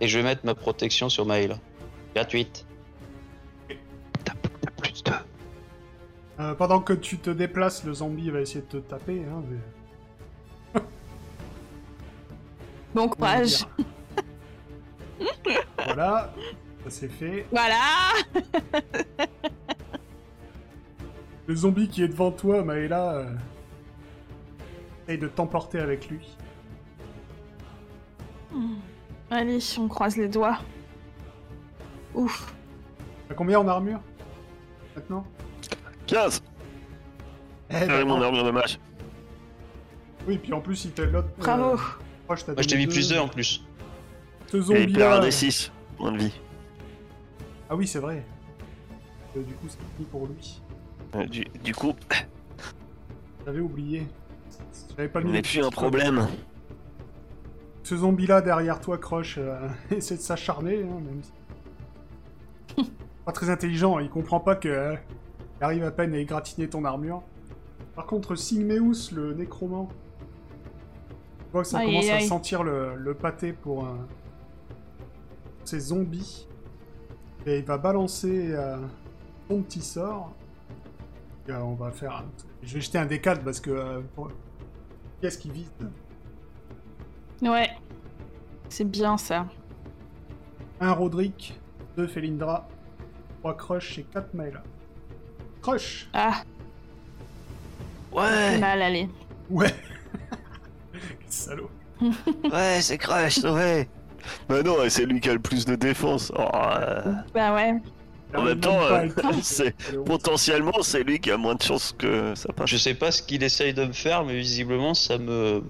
[SPEAKER 5] Et je vais mettre ma protection sur Maïla. Gratuite. T'as t'as plus de.
[SPEAKER 4] Euh, pendant que tu te déplaces, le zombie va essayer de te taper. Hein, mais-
[SPEAKER 2] Bon
[SPEAKER 4] comment
[SPEAKER 2] courage.
[SPEAKER 4] dire. voilà, ça c'est fait.
[SPEAKER 2] Voilà
[SPEAKER 4] Le zombie qui est devant toi, Maëla, euh, essaye de t'emporter avec lui.
[SPEAKER 2] Hmm. Allez, on croise les doigts. Ouf.
[SPEAKER 4] T'as combien en armure Maintenant
[SPEAKER 3] 15
[SPEAKER 4] Eh
[SPEAKER 3] Avec
[SPEAKER 4] ben,
[SPEAKER 3] mon armure de match.
[SPEAKER 4] Oui, puis en plus, il t'a l'autre. euh,
[SPEAKER 2] Bravo.
[SPEAKER 4] proche, t'as
[SPEAKER 5] Moi je t'ai
[SPEAKER 4] donné
[SPEAKER 5] mis plus
[SPEAKER 4] deux.
[SPEAKER 5] 2 en plus.
[SPEAKER 4] Ce
[SPEAKER 3] Et il perd un
[SPEAKER 4] zombie-là.
[SPEAKER 3] des 6 points de vie.
[SPEAKER 4] Ah oui, c'est vrai. Euh, du coup, c'est fini pour lui.
[SPEAKER 3] Euh, Du, du coup,
[SPEAKER 4] J'avais oublié. J'avais pas
[SPEAKER 3] il
[SPEAKER 4] mis.
[SPEAKER 3] n'est
[SPEAKER 4] les
[SPEAKER 3] plus un
[SPEAKER 4] petits
[SPEAKER 3] problème.
[SPEAKER 4] Ce zombie-là derrière toi, Croche, euh, essaie de s'acharner, hein, même si... pas très intelligent, il comprend pas que euh, il arrive à peine à égratigner ton armure. Par contre, Sigmeus, le nécromant, tu vois que ça
[SPEAKER 2] Aïe,
[SPEAKER 4] commence à
[SPEAKER 2] aïe.
[SPEAKER 4] sentir le, le pâté pour un... ces zombies. Et il va balancer euh, son petit sort. Et, euh, on va faire... un- Je vais jeter un D4 parce que... euh, pour- Qu'est-ce qui vise
[SPEAKER 2] Ouais. C'est bien ça.
[SPEAKER 4] Un Roderick, deux Felindra, trois Crush et quatre Maela. Crush
[SPEAKER 2] Ah,
[SPEAKER 3] Ouais,
[SPEAKER 2] mal allé.
[SPEAKER 4] Ouais Quel salaud
[SPEAKER 3] ouais, c'est Crash, sauvé. Bah non, et c'est lui qui a le plus de défense. Oh, euh,
[SPEAKER 2] Bah ouais.
[SPEAKER 4] Il
[SPEAKER 3] En même
[SPEAKER 4] arrive
[SPEAKER 3] temps,
[SPEAKER 4] pas à
[SPEAKER 3] euh,
[SPEAKER 4] le tuer,
[SPEAKER 3] c'est-
[SPEAKER 4] quel salaud.
[SPEAKER 3] potentiellement, c'est lui qui a moins de chances que ça passe.
[SPEAKER 5] Je sais pas ce qu'il essaye de me faire, mais visiblement ça me.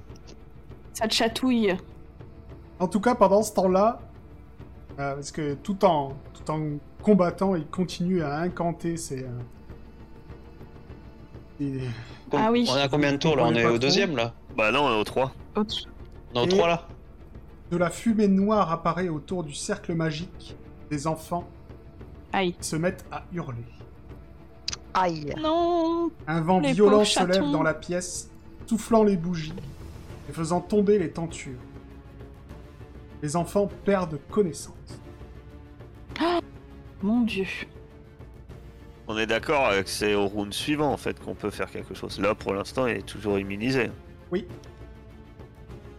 [SPEAKER 2] Ça te chatouille.
[SPEAKER 4] En tout cas, pendant ce temps-là, euh, parce que tout en, tout en combattant, il continue à incanter ses... euh, ses-
[SPEAKER 2] Ah oui.
[SPEAKER 5] On est à combien de tours là On est
[SPEAKER 4] Pas
[SPEAKER 5] au
[SPEAKER 4] trop.
[SPEAKER 5] deuxième là
[SPEAKER 3] Bah non, on est au 3.
[SPEAKER 2] Oups.
[SPEAKER 5] Non, au
[SPEAKER 4] Et-
[SPEAKER 5] trois là
[SPEAKER 4] De la fumée noire apparaît autour du cercle magique des enfants
[SPEAKER 2] Aïe.
[SPEAKER 4] qui se mettent à hurler.
[SPEAKER 1] Aïe.
[SPEAKER 2] Non.
[SPEAKER 4] Un vent
[SPEAKER 2] Les
[SPEAKER 4] violent
[SPEAKER 2] pauvres
[SPEAKER 4] se lève
[SPEAKER 2] chatons.
[SPEAKER 4] dans la pièce, soufflant les bougies et faisant tomber les tentures. Les enfants perdent connaissance.
[SPEAKER 2] Mon dieu.
[SPEAKER 3] On est d'accord euh, que c'est au round suivant en fait qu'on peut faire quelque chose. Là pour l'instant il est toujours immunisé.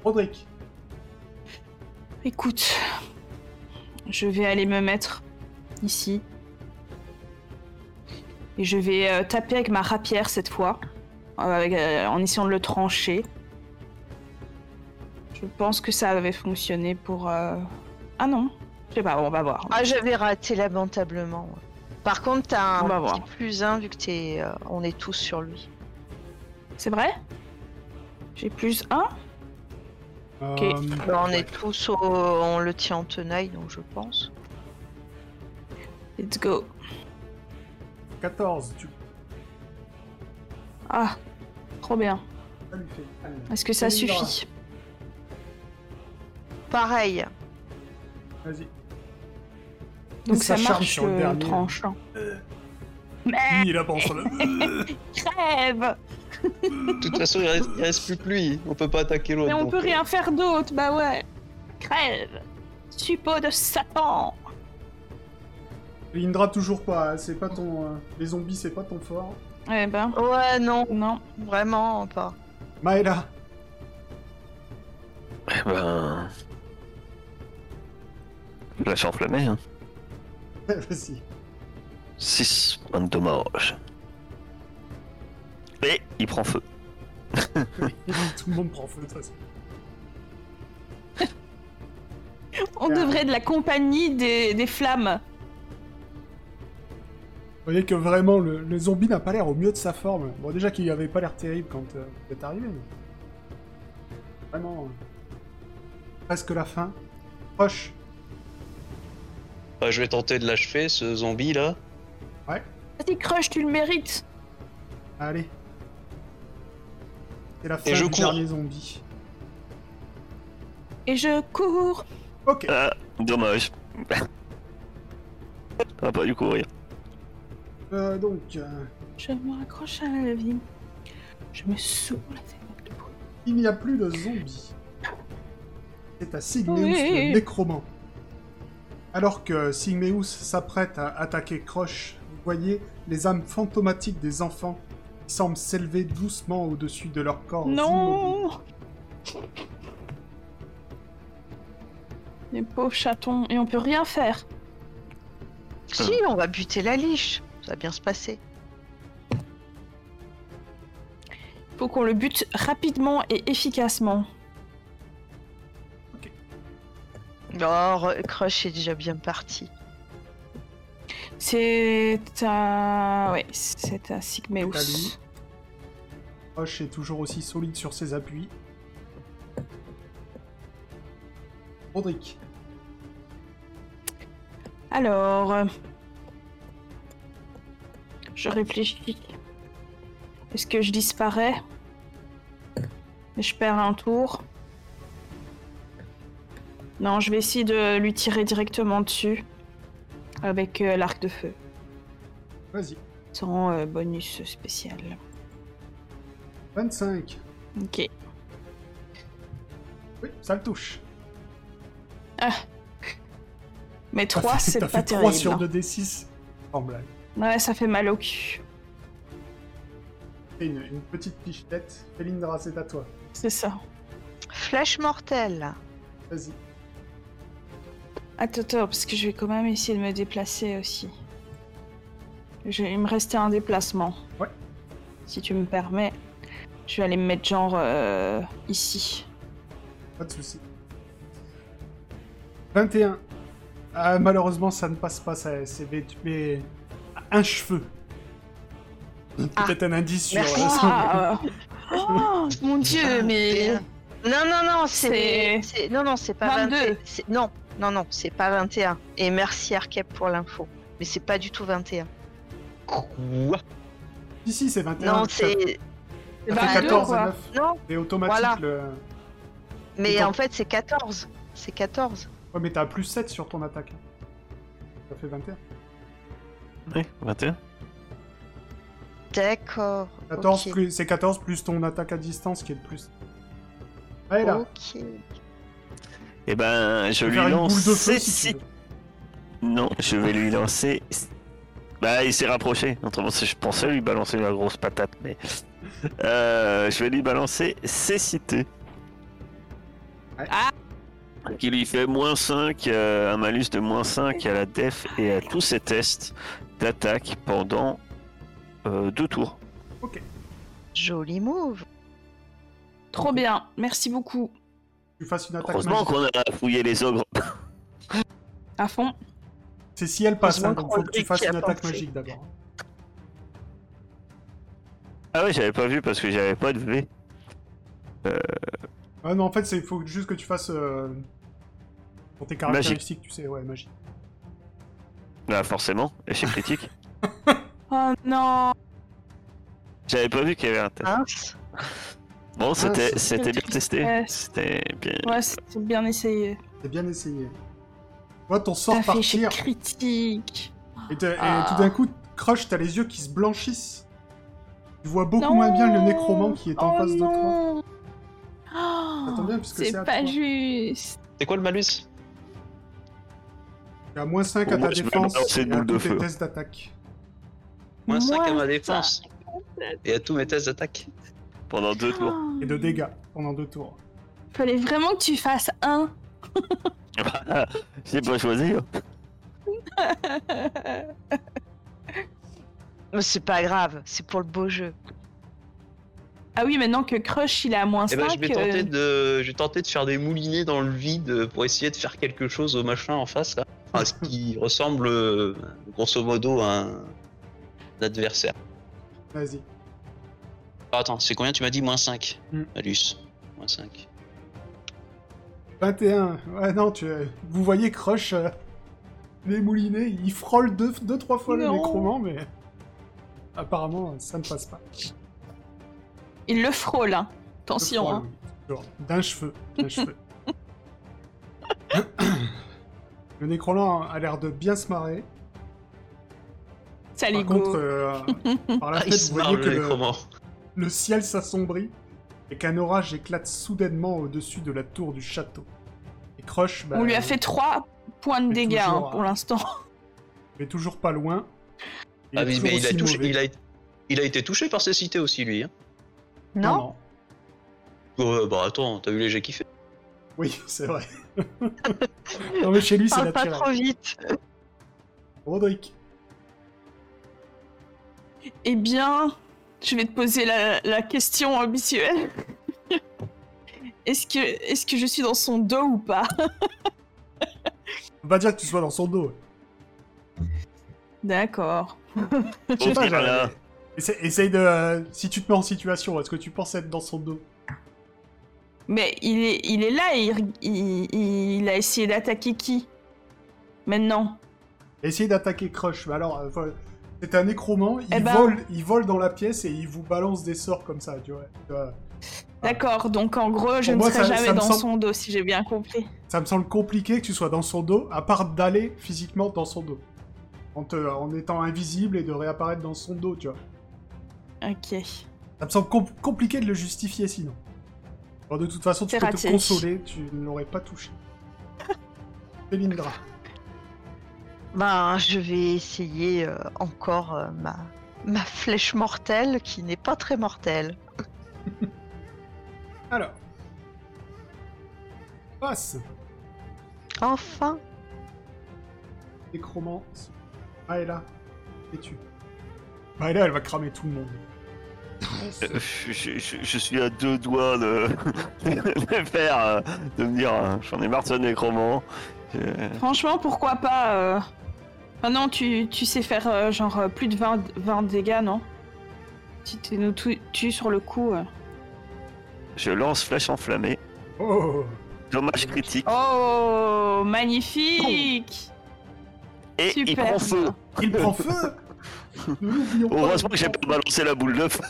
[SPEAKER 4] Roderick,
[SPEAKER 2] Écoute. Je vais aller me mettre ici. Et je vais euh, taper avec ma rapière cette fois. euh, avec, euh, en essayant de le trancher. Je pense que ça avait fonctionné pour. euh, Ah non. Je sais pas, on va voir.
[SPEAKER 1] Ah, j'avais raté lamentablement. ouais. Par contre, t'as
[SPEAKER 2] On va
[SPEAKER 1] un petit
[SPEAKER 2] voir.
[SPEAKER 1] plus un vu que t'es, euh, on est tous sur lui.
[SPEAKER 2] C'est vrai J'ai plus un Ok.
[SPEAKER 4] euh,
[SPEAKER 1] Bah, on est tous, au- on le tient en tenaille, donc je pense.
[SPEAKER 2] Let's go.
[SPEAKER 4] 14, tu
[SPEAKER 2] Ah, trop bien.
[SPEAKER 4] ça lui fait mal.
[SPEAKER 2] Est-ce que ça
[SPEAKER 4] On y va.
[SPEAKER 2] suffit
[SPEAKER 1] Pareil.
[SPEAKER 4] Vas-y.
[SPEAKER 2] Donc ça,
[SPEAKER 4] Ça charme
[SPEAKER 2] marche
[SPEAKER 4] sur le
[SPEAKER 2] euh,
[SPEAKER 4] dernier.
[SPEAKER 2] tranchant. Mais
[SPEAKER 4] Il avance. là.
[SPEAKER 2] crève
[SPEAKER 5] De toute façon, il reste, il reste plus que lui. On peut pas attaquer l'autre.
[SPEAKER 2] Mais on
[SPEAKER 5] donc,
[SPEAKER 2] peut
[SPEAKER 5] euh,
[SPEAKER 2] rien faire d'autre, bah ouais. Crève Suppôt de Satan
[SPEAKER 4] Lindra toujours pas, hein, c'est pas ton... euh, Les zombies, c'est pas ton fort.
[SPEAKER 2] Eh ben,
[SPEAKER 1] Ouais, non,
[SPEAKER 2] non.
[SPEAKER 1] vraiment pas.
[SPEAKER 4] Maëla,
[SPEAKER 3] Eh ben. Je la fais enflammer, hein.
[SPEAKER 4] vas-y.
[SPEAKER 3] 6 points de dommage. Et il prend feu.
[SPEAKER 4] Tout le monde prend feu, de toute façon.
[SPEAKER 2] On
[SPEAKER 4] Ah.
[SPEAKER 2] devrait de la compagnie des, des flammes.
[SPEAKER 4] Vous voyez que vraiment, le, le zombie n'a pas l'air au mieux de sa forme. Bon, déjà qu'il avait pas l'air terrible quand euh, vous êtes arrivé, mais... Vraiment... euh, Presque la fin. Proche.
[SPEAKER 5] bah, je vais tenter de l'achever, ce zombie là.
[SPEAKER 2] Vas-y, Crush, tu le mérites.
[SPEAKER 4] Allez. C'est la fin
[SPEAKER 5] je
[SPEAKER 4] du
[SPEAKER 5] cours.
[SPEAKER 4] dernier zombie.
[SPEAKER 2] Et je cours.
[SPEAKER 4] Ok.
[SPEAKER 3] Ah, dommage. On va pas du courir.
[SPEAKER 4] Euh, donc, euh,
[SPEAKER 2] Je me raccroche à la vie. Je me saoule la tête de bruit.
[SPEAKER 4] il n'y a plus de zombies. C'est à Sigmeus
[SPEAKER 2] Oui.
[SPEAKER 4] le nécromant. Alors que Sigmeus s'apprête à attaquer Croche, vous voyez les âmes fantomatiques des enfants qui semblent s'élever doucement au-dessus de leurs corps. immobiles.
[SPEAKER 2] Non Les pauvres chatons, et on peut rien faire.
[SPEAKER 1] Si, on va buter la liche. Ça va bien se passer.
[SPEAKER 2] Faut qu'on le bute rapidement et efficacement.
[SPEAKER 1] Non, Re- Crush est déjà bien parti.
[SPEAKER 2] C'est à... Ouais, c'est à Sigmeus.
[SPEAKER 4] C'est à lui. Croche est toujours aussi solide sur ses appuis. Rodrigue.
[SPEAKER 2] Alors... euh, Je réfléchis. Est-ce que je disparais Et je perds un tour Non, je vais essayer de lui tirer directement dessus. Avec euh, l'arc de feu.
[SPEAKER 4] Vas-y.
[SPEAKER 2] Sans euh, bonus spécial.
[SPEAKER 4] 25.
[SPEAKER 2] Ok.
[SPEAKER 4] Oui, ça le touche.
[SPEAKER 2] Mais
[SPEAKER 4] T'as
[SPEAKER 2] 3,
[SPEAKER 4] fait-
[SPEAKER 2] c'est
[SPEAKER 4] t'as
[SPEAKER 2] pas
[SPEAKER 4] fait
[SPEAKER 2] terrible.
[SPEAKER 4] 3 sur
[SPEAKER 2] hein.
[SPEAKER 4] 2d6. Sans blague.
[SPEAKER 2] Ouais, ça fait mal au cul.
[SPEAKER 4] Fais une, une petite pichetette. Felindra, c'est à toi.
[SPEAKER 2] C'est ça.
[SPEAKER 1] Flash mortel.
[SPEAKER 4] Vas-y.
[SPEAKER 2] Attends, attends, parce que je vais quand même essayer de me déplacer aussi. Je- Il me restait un déplacement.
[SPEAKER 4] Ouais.
[SPEAKER 2] Si tu me permets, je vais aller me mettre genre euh, ici.
[SPEAKER 4] Pas de soucis. 21. Ah, malheureusement, ça ne passe pas, ça, c'est mais tu mets un cheveu. Peut-être un indice sur...
[SPEAKER 1] Ah. Merci.
[SPEAKER 4] euh, son-
[SPEAKER 2] Ah, euh, oh, mon dieu, mais
[SPEAKER 1] euh, Non, non, non, c'est.
[SPEAKER 2] C'est-
[SPEAKER 1] c'est- Non, non, c'est pas
[SPEAKER 2] 22.
[SPEAKER 1] 21. c'est- Non, non, non, c'est pas 21. Et merci Arkep pour l'info. Mais c'est pas du tout 21.
[SPEAKER 5] Quoi
[SPEAKER 4] Si, si, c'est 21.
[SPEAKER 1] Non,
[SPEAKER 4] ça- ça
[SPEAKER 1] c'est.
[SPEAKER 4] fait
[SPEAKER 2] 22,
[SPEAKER 4] 14
[SPEAKER 2] quoi.
[SPEAKER 4] à 9.
[SPEAKER 1] Non,
[SPEAKER 4] C'est automatique
[SPEAKER 1] Voilà.
[SPEAKER 4] le...
[SPEAKER 1] mais
[SPEAKER 4] Attends.
[SPEAKER 1] en fait, c'est 14. C'est 14.
[SPEAKER 4] Ouais, mais t'as plus 7 sur ton attaque. Ça fait 21.
[SPEAKER 3] Oui, 21.
[SPEAKER 1] D'accord.
[SPEAKER 4] 14
[SPEAKER 1] ok.
[SPEAKER 4] plus... C'est 14 plus ton attaque à distance qui est de plus. Allez là,
[SPEAKER 1] Ok.
[SPEAKER 3] Eh ben, je
[SPEAKER 4] tu peux
[SPEAKER 3] lui
[SPEAKER 4] faire une boule
[SPEAKER 3] lance.
[SPEAKER 4] de feu
[SPEAKER 3] six-
[SPEAKER 4] si tu veux.
[SPEAKER 3] Non, je vais lui lancer. Bah, il s'est rapproché. Autrement, c'est- je pensais lui balancer ma grosse patate, mais. Euh, je vais lui balancer cécité.
[SPEAKER 4] Ouais.
[SPEAKER 2] Ah.
[SPEAKER 3] Qui lui fait moins 5, euh, un malus de moins 5 à la def et à tous ses tests d'attaque pendant euh, deux tours.
[SPEAKER 1] Joli move.
[SPEAKER 2] trop bien. Merci beaucoup.
[SPEAKER 4] Tu fasses une attaque
[SPEAKER 3] Heureusement
[SPEAKER 4] magique.
[SPEAKER 3] qu'on a fouillé les ogres.
[SPEAKER 2] À fond.
[SPEAKER 4] C'est si elle passe, hein,
[SPEAKER 1] Heureusement
[SPEAKER 4] donc faut que tu
[SPEAKER 1] qu'on
[SPEAKER 4] fasses
[SPEAKER 1] qui a
[SPEAKER 4] une attaque
[SPEAKER 1] pensé.
[SPEAKER 4] magique d'abord.
[SPEAKER 3] Ah ouais, j'avais pas vu parce que j'avais pas de V.
[SPEAKER 4] Ah non, en fait, il faut juste que tu fasses. euh, Pour tes caractéristiques, tu sais, ouais, magie.
[SPEAKER 3] Bah, forcément, échec critique.
[SPEAKER 2] Oh non.
[SPEAKER 3] J'avais pas vu qu'il y avait un test.
[SPEAKER 4] Hein
[SPEAKER 1] Mince.
[SPEAKER 3] Bon, c'était
[SPEAKER 4] c'est-
[SPEAKER 3] c'était bien testé.
[SPEAKER 2] Ouais, c'est-
[SPEAKER 3] C'était bien.
[SPEAKER 2] ouais, c'est bien essayé.
[SPEAKER 4] C'est bien essayé. Tu vois ton sort
[SPEAKER 2] T'as fait chez
[SPEAKER 4] partir,
[SPEAKER 2] critique.
[SPEAKER 4] et, t'as- et
[SPEAKER 2] Ah.
[SPEAKER 4] tout d'un coup, Crush, t'as les yeux qui se blanchissent. Tu vois beaucoup moins bien le
[SPEAKER 2] Non.
[SPEAKER 4] nécromant qui est en
[SPEAKER 2] Oh
[SPEAKER 4] face de toi.
[SPEAKER 2] non. Oh,
[SPEAKER 4] Attends bien, puisque c'est à
[SPEAKER 2] c'est pas
[SPEAKER 4] toi.
[SPEAKER 2] juste.
[SPEAKER 5] C'est quoi le malus
[SPEAKER 4] Tu as moins 5 à
[SPEAKER 3] Pour
[SPEAKER 4] ta
[SPEAKER 3] moi, je vais
[SPEAKER 4] défense
[SPEAKER 3] balancer une
[SPEAKER 4] et à
[SPEAKER 3] boule de
[SPEAKER 4] tous tes
[SPEAKER 3] feu.
[SPEAKER 4] tests d'attaque.
[SPEAKER 5] Moins 5 à ma
[SPEAKER 2] Moins
[SPEAKER 5] défense. Et à tous mes tests d'attaque.
[SPEAKER 3] Pendant deux tours.
[SPEAKER 4] Et de dégâts pendant deux tours.
[SPEAKER 2] Oh. Fallait vraiment que tu fasses un.
[SPEAKER 3] J'ai pas choisi. hein.
[SPEAKER 1] Mais c'est pas grave, c'est pour le beau jeu.
[SPEAKER 2] Ah oui, maintenant que Crush il est à moins euh,
[SPEAKER 5] Et
[SPEAKER 2] 5.
[SPEAKER 5] ben je vais tenter de, je vais tenter de faire des moulinets dans le vide pour essayer de faire quelque chose au machin en face là. Enfin, ce qui ressemble euh, grosso modo à un, un adversaire.
[SPEAKER 4] Vas-y.
[SPEAKER 5] Ah, attends, c'est combien tu m'as dit Moins 5.
[SPEAKER 4] Hmm.
[SPEAKER 5] Malus. Moins 5.
[SPEAKER 4] 21. Ouais, non, tu, vous voyez Crush euh, les mouliner, il frôle 2-3 fois le
[SPEAKER 2] Non.
[SPEAKER 4] nécromant, mais apparemment ça ne passe pas.
[SPEAKER 2] Il le frôle, hein.
[SPEAKER 4] Le
[SPEAKER 2] attention.
[SPEAKER 4] frôle,
[SPEAKER 2] hein.
[SPEAKER 4] oui, toujours. D'un cheveu. D'un cheveu. Le nécrolant a l'air de bien se marrer.
[SPEAKER 2] Salut,
[SPEAKER 4] Par
[SPEAKER 2] go.
[SPEAKER 4] contre, euh, par la
[SPEAKER 5] Ah, il
[SPEAKER 4] fête,
[SPEAKER 5] se
[SPEAKER 4] vous
[SPEAKER 5] marre,
[SPEAKER 4] voyez que
[SPEAKER 5] le
[SPEAKER 4] le,
[SPEAKER 5] nécromant.
[SPEAKER 4] le ciel s'assombrit et qu'un orage éclate soudainement au-dessus de la tour du château. Et Crush, bah,
[SPEAKER 2] On lui a fait 3 points de
[SPEAKER 4] mais
[SPEAKER 2] dégâts hein,
[SPEAKER 4] toujours, hein.
[SPEAKER 2] pour l'instant.
[SPEAKER 4] mais toujours pas loin. Il
[SPEAKER 5] Ah
[SPEAKER 4] est
[SPEAKER 5] oui,
[SPEAKER 4] toujours
[SPEAKER 5] mais il a,
[SPEAKER 4] aussi
[SPEAKER 5] touché,
[SPEAKER 4] mauvais.
[SPEAKER 5] il, a, il a été touché par cécité aussi, lui. Hein.
[SPEAKER 1] Non,
[SPEAKER 5] Ouais, bah attends, t'as vu les jets qu'il fait
[SPEAKER 4] Oui, c'est vrai. non, mais chez lui, c'est
[SPEAKER 1] parle pas
[SPEAKER 4] naturel.
[SPEAKER 1] trop vite.
[SPEAKER 4] Roderick.
[SPEAKER 2] Eh bien, je vais te poser la, la question habituelle. est-ce que, est que je suis dans son dos ou pas
[SPEAKER 4] On va dire que tu sois dans son dos.
[SPEAKER 2] D'accord.
[SPEAKER 4] Je sais pas,
[SPEAKER 3] Voilà.
[SPEAKER 4] j'avais- Essaye, essaye de. euh, si tu te mets en situation, est-ce que tu penses être dans son dos
[SPEAKER 2] Mais il est, il est là et il, il- il a essayé d'attaquer qui Maintenant.
[SPEAKER 4] Essayez d'attaquer Crush. Mais alors, euh, voilà. c'est un nécromant. Il,
[SPEAKER 2] Eh ben-
[SPEAKER 4] vole, il vole dans la pièce et il vous balance des sorts comme ça, tu vois. Euh, Tu vois,
[SPEAKER 2] D'accord, donc en gros, je
[SPEAKER 4] Ah. Pour
[SPEAKER 2] ne
[SPEAKER 4] moi,
[SPEAKER 2] serai
[SPEAKER 4] ça-
[SPEAKER 2] jamais
[SPEAKER 4] ça me
[SPEAKER 2] dans
[SPEAKER 4] semble-
[SPEAKER 2] son dos, si j'ai bien compris.
[SPEAKER 4] Ça me semble compliqué que tu sois dans son dos, à part d'aller physiquement dans son dos. En, te- en étant invisible et de réapparaître dans son dos, tu vois.
[SPEAKER 2] Ok.
[SPEAKER 4] Ça me semble com- compliqué de le justifier sinon. Bon, de toute façon, tu
[SPEAKER 2] C'est
[SPEAKER 4] peux te
[SPEAKER 2] raté.
[SPEAKER 4] consoler, tu ne l'aurais pas touché. Célindra.
[SPEAKER 1] Ben, je vais essayer euh, encore euh, ma... ma flèche mortelle qui n'est pas très mortelle.
[SPEAKER 4] Alors. Passe.
[SPEAKER 1] Enfin,
[SPEAKER 4] Nécromance. Maëla. Et tu. Maëla, elle va cramer tout le monde.
[SPEAKER 3] Euh, je, je- je- je suis à deux doigts de, de faire, euh, de me dire, euh, j'en ai marre de ce nécromant. Euh,
[SPEAKER 2] Franchement, pourquoi pas euh, Maintenant, tu, tu sais faire euh, genre euh, plus de 20, 20 dégâts, non Si tu nous tu- tues sur le coup. euh.
[SPEAKER 3] Je lance flèche enflammée.
[SPEAKER 4] Oh
[SPEAKER 3] Dommage critique.
[SPEAKER 2] Oh, magnifique
[SPEAKER 3] et il
[SPEAKER 2] Super
[SPEAKER 3] prend feu.
[SPEAKER 4] Il prend feu Ne l'oublions pas,
[SPEAKER 3] Heureusement
[SPEAKER 4] il
[SPEAKER 3] que j'ai
[SPEAKER 4] prend
[SPEAKER 3] pas
[SPEAKER 4] feu.
[SPEAKER 3] balancé la boule de feu.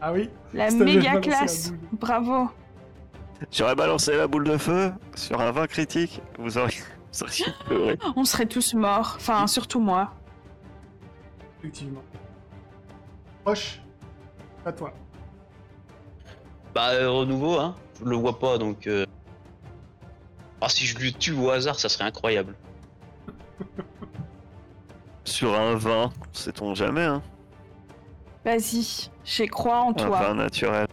[SPEAKER 4] Ah oui
[SPEAKER 2] La
[SPEAKER 4] C'était le
[SPEAKER 2] méga
[SPEAKER 4] balancer la
[SPEAKER 2] classe
[SPEAKER 4] boule.
[SPEAKER 2] Bravo
[SPEAKER 3] J'aurais balancé la boule de feu sur un 20 critique. Vous auriez. vous auriez pleuré.
[SPEAKER 2] On serait tous morts, enfin surtout moi.
[SPEAKER 4] Effectivement. Roche. À toi.
[SPEAKER 5] Bah, euh, renouveau, hein. Je le vois pas, donc. euh, Ah, si je le tue au hasard, ça serait incroyable.
[SPEAKER 3] Sur un 20, sait-on jamais, hein.
[SPEAKER 2] Vas-y, j'ai crois en
[SPEAKER 3] Un
[SPEAKER 2] toi.
[SPEAKER 3] 20 naturel.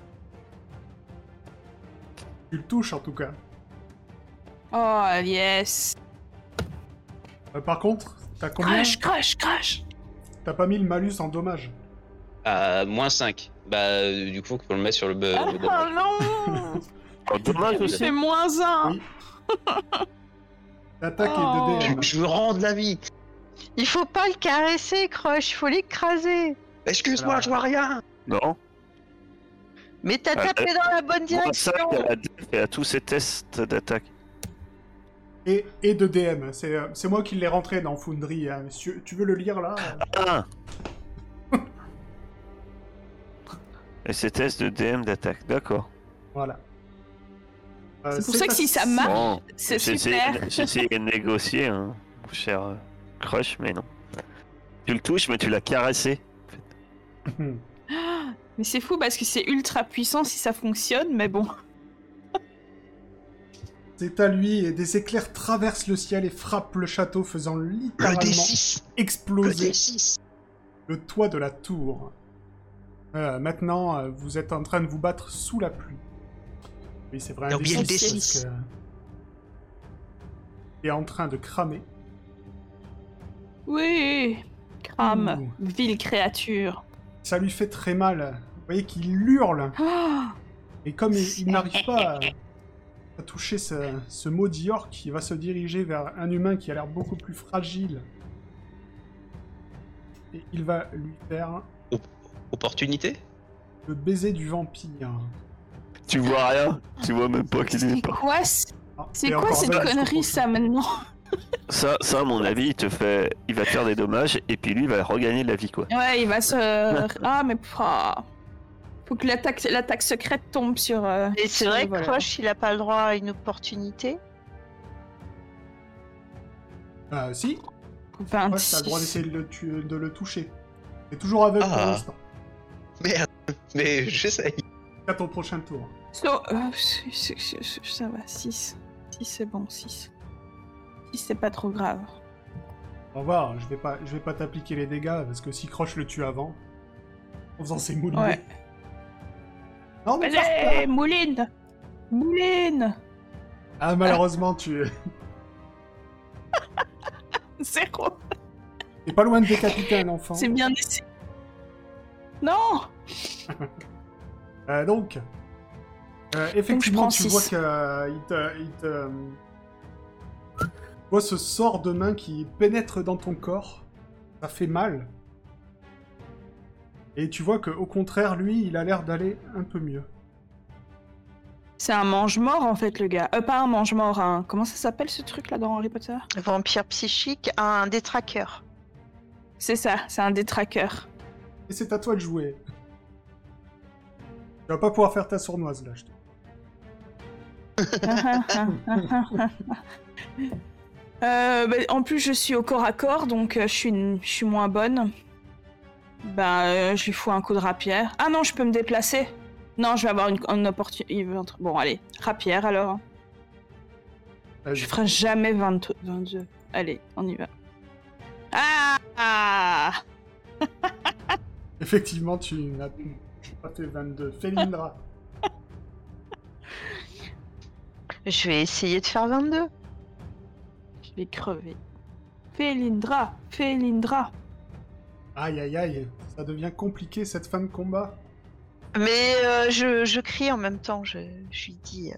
[SPEAKER 4] Tu le touches en tout cas.
[SPEAKER 2] Oh yes
[SPEAKER 4] Euh, par contre, t'as
[SPEAKER 3] Ah,
[SPEAKER 4] combien
[SPEAKER 2] Crush, crush, crush
[SPEAKER 4] T'as pas mis le malus en dommage.
[SPEAKER 5] Ah, moins 5. Bah, euh, du coup, on le met sur le. be- le
[SPEAKER 2] Oh
[SPEAKER 5] dommage.
[SPEAKER 2] non
[SPEAKER 3] Oh, dommage
[SPEAKER 5] Oui.
[SPEAKER 2] Il fait moins un
[SPEAKER 4] Oui. L'attaque
[SPEAKER 2] Oh.
[SPEAKER 4] est 2
[SPEAKER 5] je, je veux rendre la vie.
[SPEAKER 1] il faut pas le caresser, Crush, il faut l'écraser.
[SPEAKER 5] Excuse-moi,
[SPEAKER 4] Alors.
[SPEAKER 5] je vois rien.
[SPEAKER 3] Non.
[SPEAKER 1] Mais t'as
[SPEAKER 3] Ah,
[SPEAKER 1] tapé dans la bonne
[SPEAKER 3] Moins
[SPEAKER 1] direction.
[SPEAKER 3] 5 à, la def et à tous ses tests d'attaque.
[SPEAKER 4] et, et de DM. C'est euh, c'est moi qui l'ai rentré dans Foundry. hein. Monsieur, tu veux le lire là
[SPEAKER 3] Ah Et ses tests de DM d'attaque, d'accord.
[SPEAKER 4] Voilà. Euh,
[SPEAKER 2] C'est pour ça que
[SPEAKER 4] pas-
[SPEAKER 2] si ça marche-
[SPEAKER 3] Bon,
[SPEAKER 2] Ah, C'est
[SPEAKER 3] j'ai essayé-
[SPEAKER 2] super
[SPEAKER 3] J'ai essayé de négocier, hein, mon cher euh, Crush, mais non. Tu le touches, mais tu l'as caressé.
[SPEAKER 4] Hmm.
[SPEAKER 2] Mais c'est fou parce que c'est ultra puissant si ça fonctionne, mais bon.
[SPEAKER 4] C'est à lui et des éclairs traversent le ciel et frappent le château, faisant
[SPEAKER 5] Le
[SPEAKER 4] littéralement
[SPEAKER 5] D6. Le
[SPEAKER 4] exploser
[SPEAKER 5] D6.
[SPEAKER 4] le toit de la tour. Euh, maintenant, euh, vous êtes en train de vous battre sous la pluie. Oui, c'est vrai.
[SPEAKER 5] T'as
[SPEAKER 4] un
[SPEAKER 5] oublié le
[SPEAKER 4] D6,
[SPEAKER 5] D6.
[SPEAKER 4] parce que- Il est en train de cramer.
[SPEAKER 2] Oui Crame, vile créature.
[SPEAKER 4] Ça lui fait très mal. Vous voyez qu'il hurle.
[SPEAKER 2] Oh,
[SPEAKER 4] Et comme il, il n'arrive pas à, à toucher ce, ce maudit orc, il va se diriger vers un humain qui a l'air beaucoup plus fragile. Et il va lui faire
[SPEAKER 5] Opportunité
[SPEAKER 4] le baiser du vampire.
[SPEAKER 3] Tu vois rien, tu vois même pas qu'il est
[SPEAKER 2] c'est
[SPEAKER 3] pas.
[SPEAKER 2] quoi, ce-
[SPEAKER 4] Ah,
[SPEAKER 2] c'est
[SPEAKER 4] et
[SPEAKER 2] quoi
[SPEAKER 4] encore
[SPEAKER 2] cette
[SPEAKER 4] là, je
[SPEAKER 2] connerie,
[SPEAKER 4] propose-
[SPEAKER 2] ça, maintenant
[SPEAKER 3] Ça, ça, à mon avis, il te fait. Il va te faire des dommages, et puis lui, il va regagner de la vie, quoi.
[SPEAKER 2] Ouais, il va se... Ah, mais... ah. Faut que l'attaque l'attaque secrète tombe sur... euh,
[SPEAKER 1] Et c'est
[SPEAKER 2] sur
[SPEAKER 1] vrai
[SPEAKER 2] le
[SPEAKER 1] que
[SPEAKER 2] voleur.
[SPEAKER 1] Crush, il a pas le droit à une opportunité.
[SPEAKER 4] Euh, si, ouais, t'as le droit
[SPEAKER 2] 26.
[SPEAKER 4] d'essayer de le, tu- de le toucher. T'es toujours aveugle pour
[SPEAKER 5] Ah.
[SPEAKER 4] l'instant.
[SPEAKER 5] Merde, mais j'essaye.
[SPEAKER 4] À ton prochain tour.
[SPEAKER 2] So- euh, c'est- c'est- c'est- ça va, 6. 6 c'est bon, 6. 6 c'est pas trop grave.
[SPEAKER 4] On va, je vais pas, je vais pas t'appliquer les dégâts parce que si Croche le tue avant, en faisant ses moulinets.
[SPEAKER 2] Ouais.
[SPEAKER 4] Non mais
[SPEAKER 2] Allez, Mouline Mouline
[SPEAKER 4] ah malheureusement tu
[SPEAKER 2] Zéro
[SPEAKER 4] t'es pas loin de décapiter un enfant.
[SPEAKER 2] C'est bien ici. Non
[SPEAKER 4] Euh, donc, euh, effectivement,
[SPEAKER 2] prends
[SPEAKER 4] tu
[SPEAKER 2] six.
[SPEAKER 4] vois qu'il te, il te, euh, tu vois ce sort de main qui pénètre dans ton corps. Ça fait mal. Et tu vois que, au contraire, lui, il a l'air d'aller un peu mieux.
[SPEAKER 2] C'est un mange-mort en fait, le gars. Euh, pas un mange-mort, un. Comment ça s'appelle ce truc là dans Harry Potter
[SPEAKER 1] Vampire psychique, un détraqueur.
[SPEAKER 2] C'est ça, c'est un détraqueur.
[SPEAKER 4] Et c'est à toi de jouer. Tu vas pas pouvoir faire ta sournoise là. Je te...
[SPEAKER 2] Euh, bah, en plus, je suis au corps à corps, donc euh, je, suis une- je suis moins bonne. Bah, euh, je lui fous un coup de rapière. Ah non, je peux me déplacer. Non, je vais avoir une, une opportunité. Bon, allez, rapière alors. hein.
[SPEAKER 4] Vas-y.
[SPEAKER 2] Je ferai jamais 20 22. Allez, on y va. Ah, Ah
[SPEAKER 4] Effectivement, tu n'as tu n'as pas fait 22. Félindra.
[SPEAKER 1] Je vais essayer de faire 22.
[SPEAKER 2] Je vais crever. Félindra, Félindra.
[SPEAKER 4] Aïe aïe aïe, ça devient compliqué cette fin de combat.
[SPEAKER 1] Mais euh, je, je crie en même temps, je, je lui dis euh,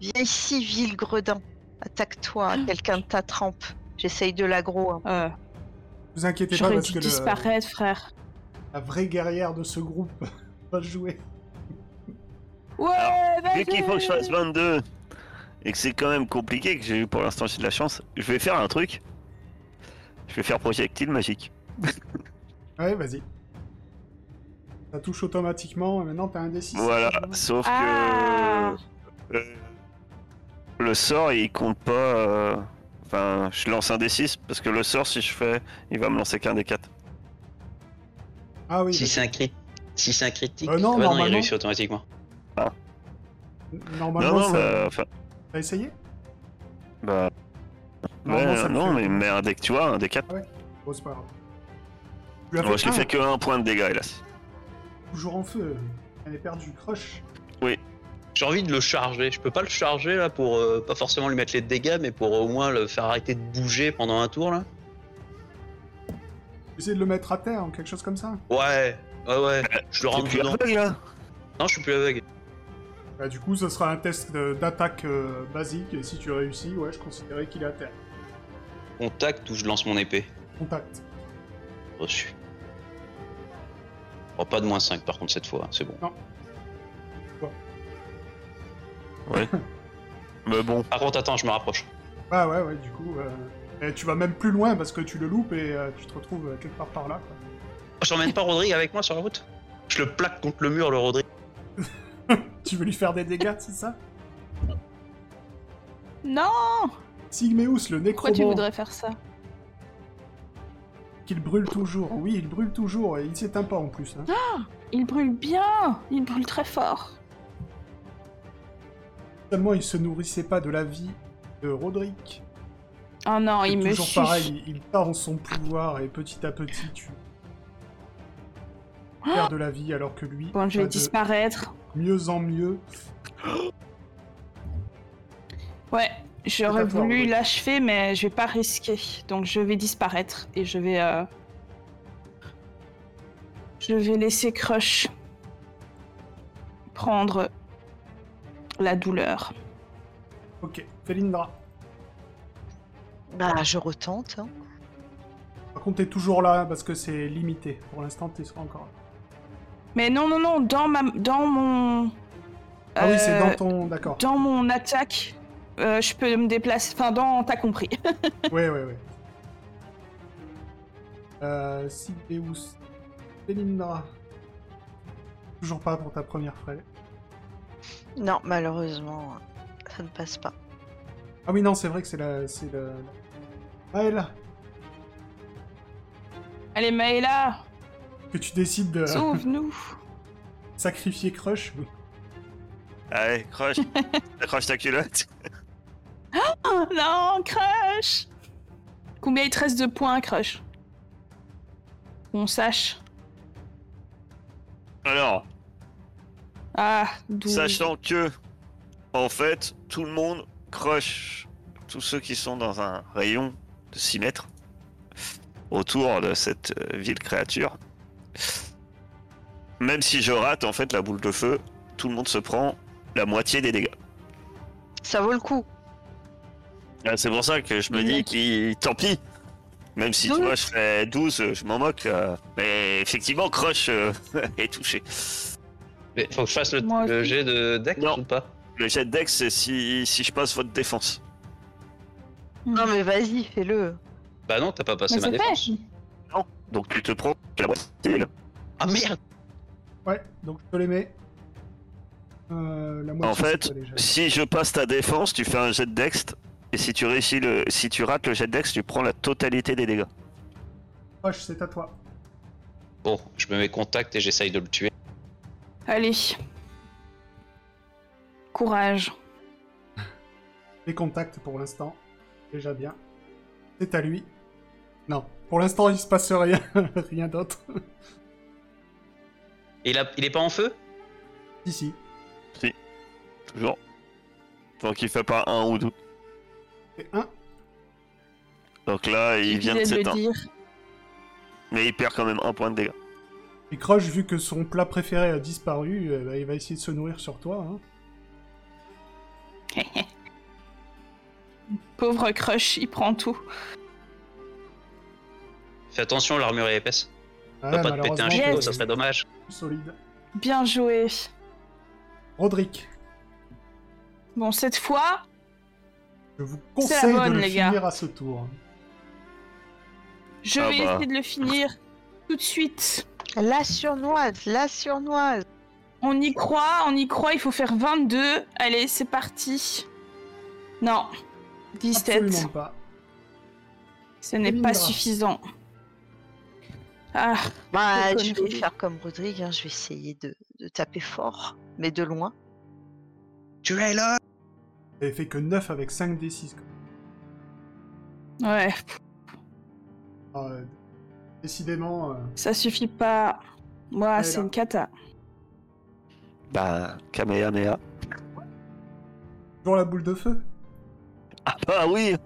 [SPEAKER 1] Viens ici, vil gredin, attaque-toi, quelqu'un de ta trempe. J'essaye de l'aggro. hein.
[SPEAKER 2] Euh,
[SPEAKER 4] Vous inquiétez pas
[SPEAKER 2] J'aurais
[SPEAKER 4] parce
[SPEAKER 2] dû
[SPEAKER 4] que le- euh,
[SPEAKER 2] disparaître, frère.
[SPEAKER 4] la vraie guerrière de ce groupe va jouer.
[SPEAKER 2] Ouais,
[SPEAKER 3] Alors,
[SPEAKER 2] vas-y
[SPEAKER 3] Vu qu'il faut que je fasse 22 et que c'est quand même compliqué, que j'ai eu pour l'instant j'ai de la chance, je vais faire un truc. Je vais faire projectile magique.
[SPEAKER 4] Ouais, vas-y. Ça touche automatiquement, et maintenant t'as un D6.
[SPEAKER 3] Voilà, sauf
[SPEAKER 2] Ah.
[SPEAKER 3] que euh, le sort il compte pas. euh, Enfin, je lance un D6 parce que le sort, si je fais, il va me lancer qu'un D4.
[SPEAKER 4] Ah oui,
[SPEAKER 5] Si
[SPEAKER 4] vas-y.
[SPEAKER 5] c'est un crit. Si c'est un critique,
[SPEAKER 4] Euh, non,
[SPEAKER 5] Ah bah non, il
[SPEAKER 4] normalement.
[SPEAKER 5] réussit automatiquement.
[SPEAKER 4] normalement
[SPEAKER 3] Non, non,
[SPEAKER 4] ça...
[SPEAKER 3] bah, enfin,
[SPEAKER 4] t'as essayé
[SPEAKER 3] bah,
[SPEAKER 4] Non,
[SPEAKER 3] ouais,
[SPEAKER 4] moi, ça me
[SPEAKER 3] non,
[SPEAKER 4] fait-
[SPEAKER 3] mais merde, tu vois, un D4.
[SPEAKER 4] Bon, c'est pas grave. Tu lui as
[SPEAKER 3] Moi, je
[SPEAKER 4] fait
[SPEAKER 3] lui
[SPEAKER 4] un,
[SPEAKER 3] fais que un point de dégâts, hélas.
[SPEAKER 4] toujours en feu. Elle est perdue, crush.
[SPEAKER 5] J'ai envie de le charger. Je peux pas le charger là pour euh, pas forcément lui mettre les dégâts, mais pour au moins le faire arrêter de bouger pendant un tour là.
[SPEAKER 4] Essaye de le mettre à terre, ou quelque chose comme ça.
[SPEAKER 5] Ouais, ouais,
[SPEAKER 4] Euh,
[SPEAKER 5] ouais. Je le
[SPEAKER 3] T'es
[SPEAKER 5] rentre
[SPEAKER 3] plus
[SPEAKER 5] dedans.
[SPEAKER 3] aveugle, là
[SPEAKER 5] Non, je suis plus aveugle.
[SPEAKER 4] Bah, du coup, ce sera un test euh, d'attaque euh, basique, et si tu réussis, ouais, je considérais qu'il est à terre.
[SPEAKER 5] Contact ou je lance mon épée.
[SPEAKER 4] Contact.
[SPEAKER 5] Reçu. Oh, pas de moins 5 par contre cette fois, hein, c'est bon.
[SPEAKER 3] Mais bon,
[SPEAKER 5] Par contre, attends, je me rapproche.
[SPEAKER 4] Bah ouais, ouais, du coup... euh, et tu vas même plus loin parce que tu le loupes et euh, tu te retrouves euh, quelque part par là. quoi.
[SPEAKER 5] Oh, J'emmène pas Rodrigue avec moi sur la route Je le plaque contre le mur, le Rodrigue.
[SPEAKER 4] Tu veux lui faire des dégâts, c'est ça
[SPEAKER 2] Non,
[SPEAKER 4] Sigmeus, le
[SPEAKER 2] pourquoi
[SPEAKER 4] nécromant.
[SPEAKER 2] tu voudrais faire ça
[SPEAKER 4] Qu'il brûle toujours, oui, il brûle toujours, et il s'éteint pas en plus. hein.
[SPEAKER 2] Ah Il brûle bien, il brûle très fort.
[SPEAKER 4] Seulement, il se nourrissait pas de la vie de Roderick.
[SPEAKER 2] Oh non,
[SPEAKER 4] C'est
[SPEAKER 2] il me
[SPEAKER 4] toujours
[SPEAKER 2] suit.
[SPEAKER 4] pareil, il tend son pouvoir, et petit à petit, tu perds de la vie, alors que lui,
[SPEAKER 2] Bon, je vais
[SPEAKER 4] va de
[SPEAKER 2] disparaître.
[SPEAKER 4] mieux en mieux.
[SPEAKER 2] Ouais, j'aurais
[SPEAKER 4] D'accord,
[SPEAKER 2] voulu
[SPEAKER 4] oui.
[SPEAKER 2] l'achever, mais je vais pas risquer. Donc je vais disparaître et je vais. euh, Je vais laisser Crush prendre la douleur.
[SPEAKER 4] Ok, Felindra.
[SPEAKER 1] Bah, je retente. hein.
[SPEAKER 4] Par contre, t'es toujours là, parce que c'est limité. Pour l'instant, t'es encore là.
[SPEAKER 2] Mais non, non, non, dans ma, dans mon.
[SPEAKER 4] Ah oui, c'est
[SPEAKER 2] Euh,
[SPEAKER 4] dans ton... D'accord.
[SPEAKER 2] dans mon attaque, euh, je peux me déplacer. Enfin, dans, t'as compris.
[SPEAKER 4] Ouais, ouais, ouais. Euh, Sigmeus. Felindra. Toujours pas pour ta première frêle.
[SPEAKER 1] Non, malheureusement, ça ne passe pas.
[SPEAKER 4] Ah oui, non, c'est vrai que c'est la... c'est le... Maëla,
[SPEAKER 2] Allez, Maëla,
[SPEAKER 4] que tu décides de
[SPEAKER 2] sauve-nous.
[SPEAKER 4] sacrifier Crush.
[SPEAKER 3] Allez, croche. croche ta culotte.
[SPEAKER 2] Oh non, Crush Combien il te reste de points, Crush On sache.
[SPEAKER 3] Alors,
[SPEAKER 2] Ah, 12.
[SPEAKER 3] sachant que, en fait, tout le monde croche tous ceux qui sont dans un rayon de 6 mètres autour de cette euh, ville créature. Même si je rate, en fait, la boule de feu, tout le monde se prend la moitié des dégâts.
[SPEAKER 1] Ça vaut le coup.
[SPEAKER 3] Ah, C'est pour ça que je me dis qu'il tant pis. Même si tu
[SPEAKER 1] Oui.
[SPEAKER 3] vois, je fais 12, je m'en moque. euh, mais effectivement, Crush euh, est touché.
[SPEAKER 5] Mais faut que je fasse le,
[SPEAKER 2] Moi
[SPEAKER 5] le
[SPEAKER 2] aussi.
[SPEAKER 5] jet de deck
[SPEAKER 3] Non.
[SPEAKER 5] ou pas
[SPEAKER 3] Le jet de Dex, c'est si, si je passe votre défense.
[SPEAKER 2] Hmm.
[SPEAKER 1] Non mais vas-y, fais-le.
[SPEAKER 5] Bah non, t'as pas passé
[SPEAKER 2] Mais
[SPEAKER 5] ma
[SPEAKER 2] c'est
[SPEAKER 5] défense.
[SPEAKER 2] fait.
[SPEAKER 3] Donc tu te prends la moitié. là.
[SPEAKER 5] Ah merde
[SPEAKER 4] Ouais, donc je te les mets. Euh, la moitié,
[SPEAKER 3] En fait,
[SPEAKER 4] c'est quoi déjà
[SPEAKER 3] Si je passe ta défense, tu fais un jet de Dex. Et si tu réussis le, si tu rates le jet de Dex, tu prends la totalité des dégâts.
[SPEAKER 4] Crush, c'est à toi.
[SPEAKER 5] Bon, je me mets contact et j'essaye de le tuer.
[SPEAKER 2] Allez. Courage.
[SPEAKER 4] Les contacts pour l'instant, déjà bien. C'est à lui. Non, pour l'instant, il se passe rien, rien d'autre.
[SPEAKER 5] Et il, a- il est pas en feu
[SPEAKER 4] Ici.
[SPEAKER 3] Toujours. Donc il fait pas un ou deux.
[SPEAKER 4] Et un.
[SPEAKER 3] Donc là, il vient de
[SPEAKER 2] Suffisait le
[SPEAKER 3] s'éteindre.
[SPEAKER 2] dire.
[SPEAKER 3] Mais il perd quand même un point de dégâts.
[SPEAKER 4] Et Crush, vu que son plat préféré a disparu, euh, bah, il va essayer de se nourrir sur toi. hein.
[SPEAKER 2] Pauvre Crush, il prend tout.
[SPEAKER 5] Fais attention, l'armure est épaisse.
[SPEAKER 4] Ah,
[SPEAKER 5] Faut pas te péter un
[SPEAKER 4] malheureusement,
[SPEAKER 5] chino,
[SPEAKER 2] yes.
[SPEAKER 5] ça serait dommage.
[SPEAKER 4] plus solide.
[SPEAKER 2] Bien joué.
[SPEAKER 4] Roderick,
[SPEAKER 2] Bon, cette fois,
[SPEAKER 4] je vous
[SPEAKER 2] C'est la
[SPEAKER 4] conseille
[SPEAKER 2] bonne,
[SPEAKER 4] de le
[SPEAKER 2] les gars.
[SPEAKER 4] finir à ce tour.
[SPEAKER 2] je
[SPEAKER 3] Ah
[SPEAKER 2] vais
[SPEAKER 3] bah.
[SPEAKER 2] essayer de le finir tout de suite.
[SPEAKER 1] La surnoise, la surnoise.
[SPEAKER 2] On y croit, on y croit, il faut faire 22. Allez, c'est parti. Non. 17.
[SPEAKER 4] Absolument pas.
[SPEAKER 2] Ce n'est
[SPEAKER 4] Élimina.
[SPEAKER 2] pas suffisant. Ah,
[SPEAKER 1] Bah,
[SPEAKER 2] Étonnant.
[SPEAKER 1] je vais faire comme Rodrigue, hein, je vais essayer de, de taper fort, mais de loin.
[SPEAKER 5] Tu es là
[SPEAKER 4] Vous avez fait que 9 avec 5 des 6.
[SPEAKER 2] ouais,
[SPEAKER 4] Ah, euh, décidément, euh,
[SPEAKER 2] ça suffit pas. Moi,
[SPEAKER 4] Elle est
[SPEAKER 2] c'est
[SPEAKER 4] là.
[SPEAKER 2] une cata.
[SPEAKER 3] Bah, Kamehameha.
[SPEAKER 4] toujours la boule de feu.
[SPEAKER 3] Ah bah oui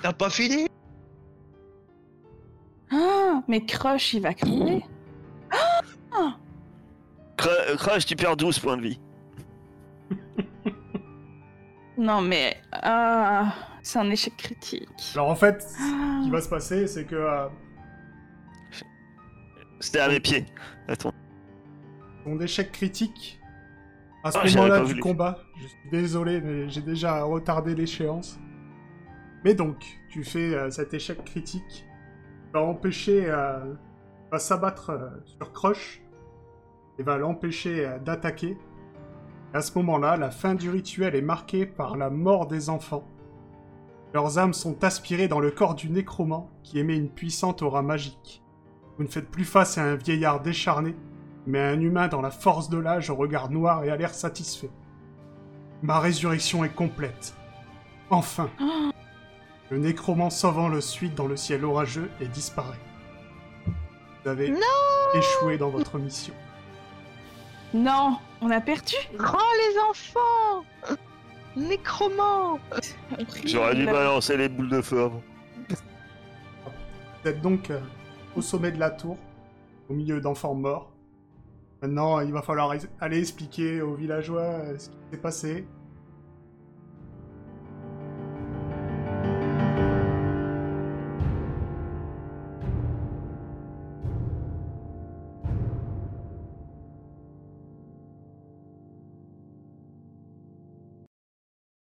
[SPEAKER 5] T'as pas fini
[SPEAKER 2] Ah, mais Crush, il va crever.
[SPEAKER 3] Cru- Crush, tu perds 12 points de vie.
[SPEAKER 2] Non, mais. Ah, c'est un échec critique.
[SPEAKER 4] Alors en fait, ce
[SPEAKER 2] Ah.
[SPEAKER 4] qui va se passer, c'est que euh,
[SPEAKER 3] C'était à mes pieds. Attends.
[SPEAKER 4] ton échec critique, à ce
[SPEAKER 3] Ah, j'avais
[SPEAKER 4] moment-là
[SPEAKER 3] pas
[SPEAKER 4] du
[SPEAKER 3] vu.
[SPEAKER 4] combat, je suis désolé, mais j'ai déjà retardé l'échéance. Mais donc, tu fais euh, cet échec critique, va empêcher, euh, va s'abattre euh, sur Crush, et va l'empêcher euh, d'attaquer. Et à ce moment-là, la fin du rituel est marquée par la mort des enfants. Leurs âmes sont aspirées dans le corps du nécromant qui émet une puissante aura magique. Vous ne faites plus face à un vieillard décharné, mais un humain dans la force de l'âge au regard noir et à l'air satisfait. Ma résurrection est complète. Enfin. Le nécromant sauvant le suite dans le ciel orageux et disparaît. Vous avez
[SPEAKER 1] Non
[SPEAKER 4] échoué dans votre mission.
[SPEAKER 2] Non, on a perdu.
[SPEAKER 1] Grand Oh, les enfants Nécromant
[SPEAKER 3] J'aurais dû
[SPEAKER 2] Horrible.
[SPEAKER 3] balancer les boules de feu avant.
[SPEAKER 4] Vous êtes donc euh, au sommet de la tour, au milieu d'enfants morts. Maintenant, il va falloir es- aller expliquer aux villageois euh, ce qui s'est passé,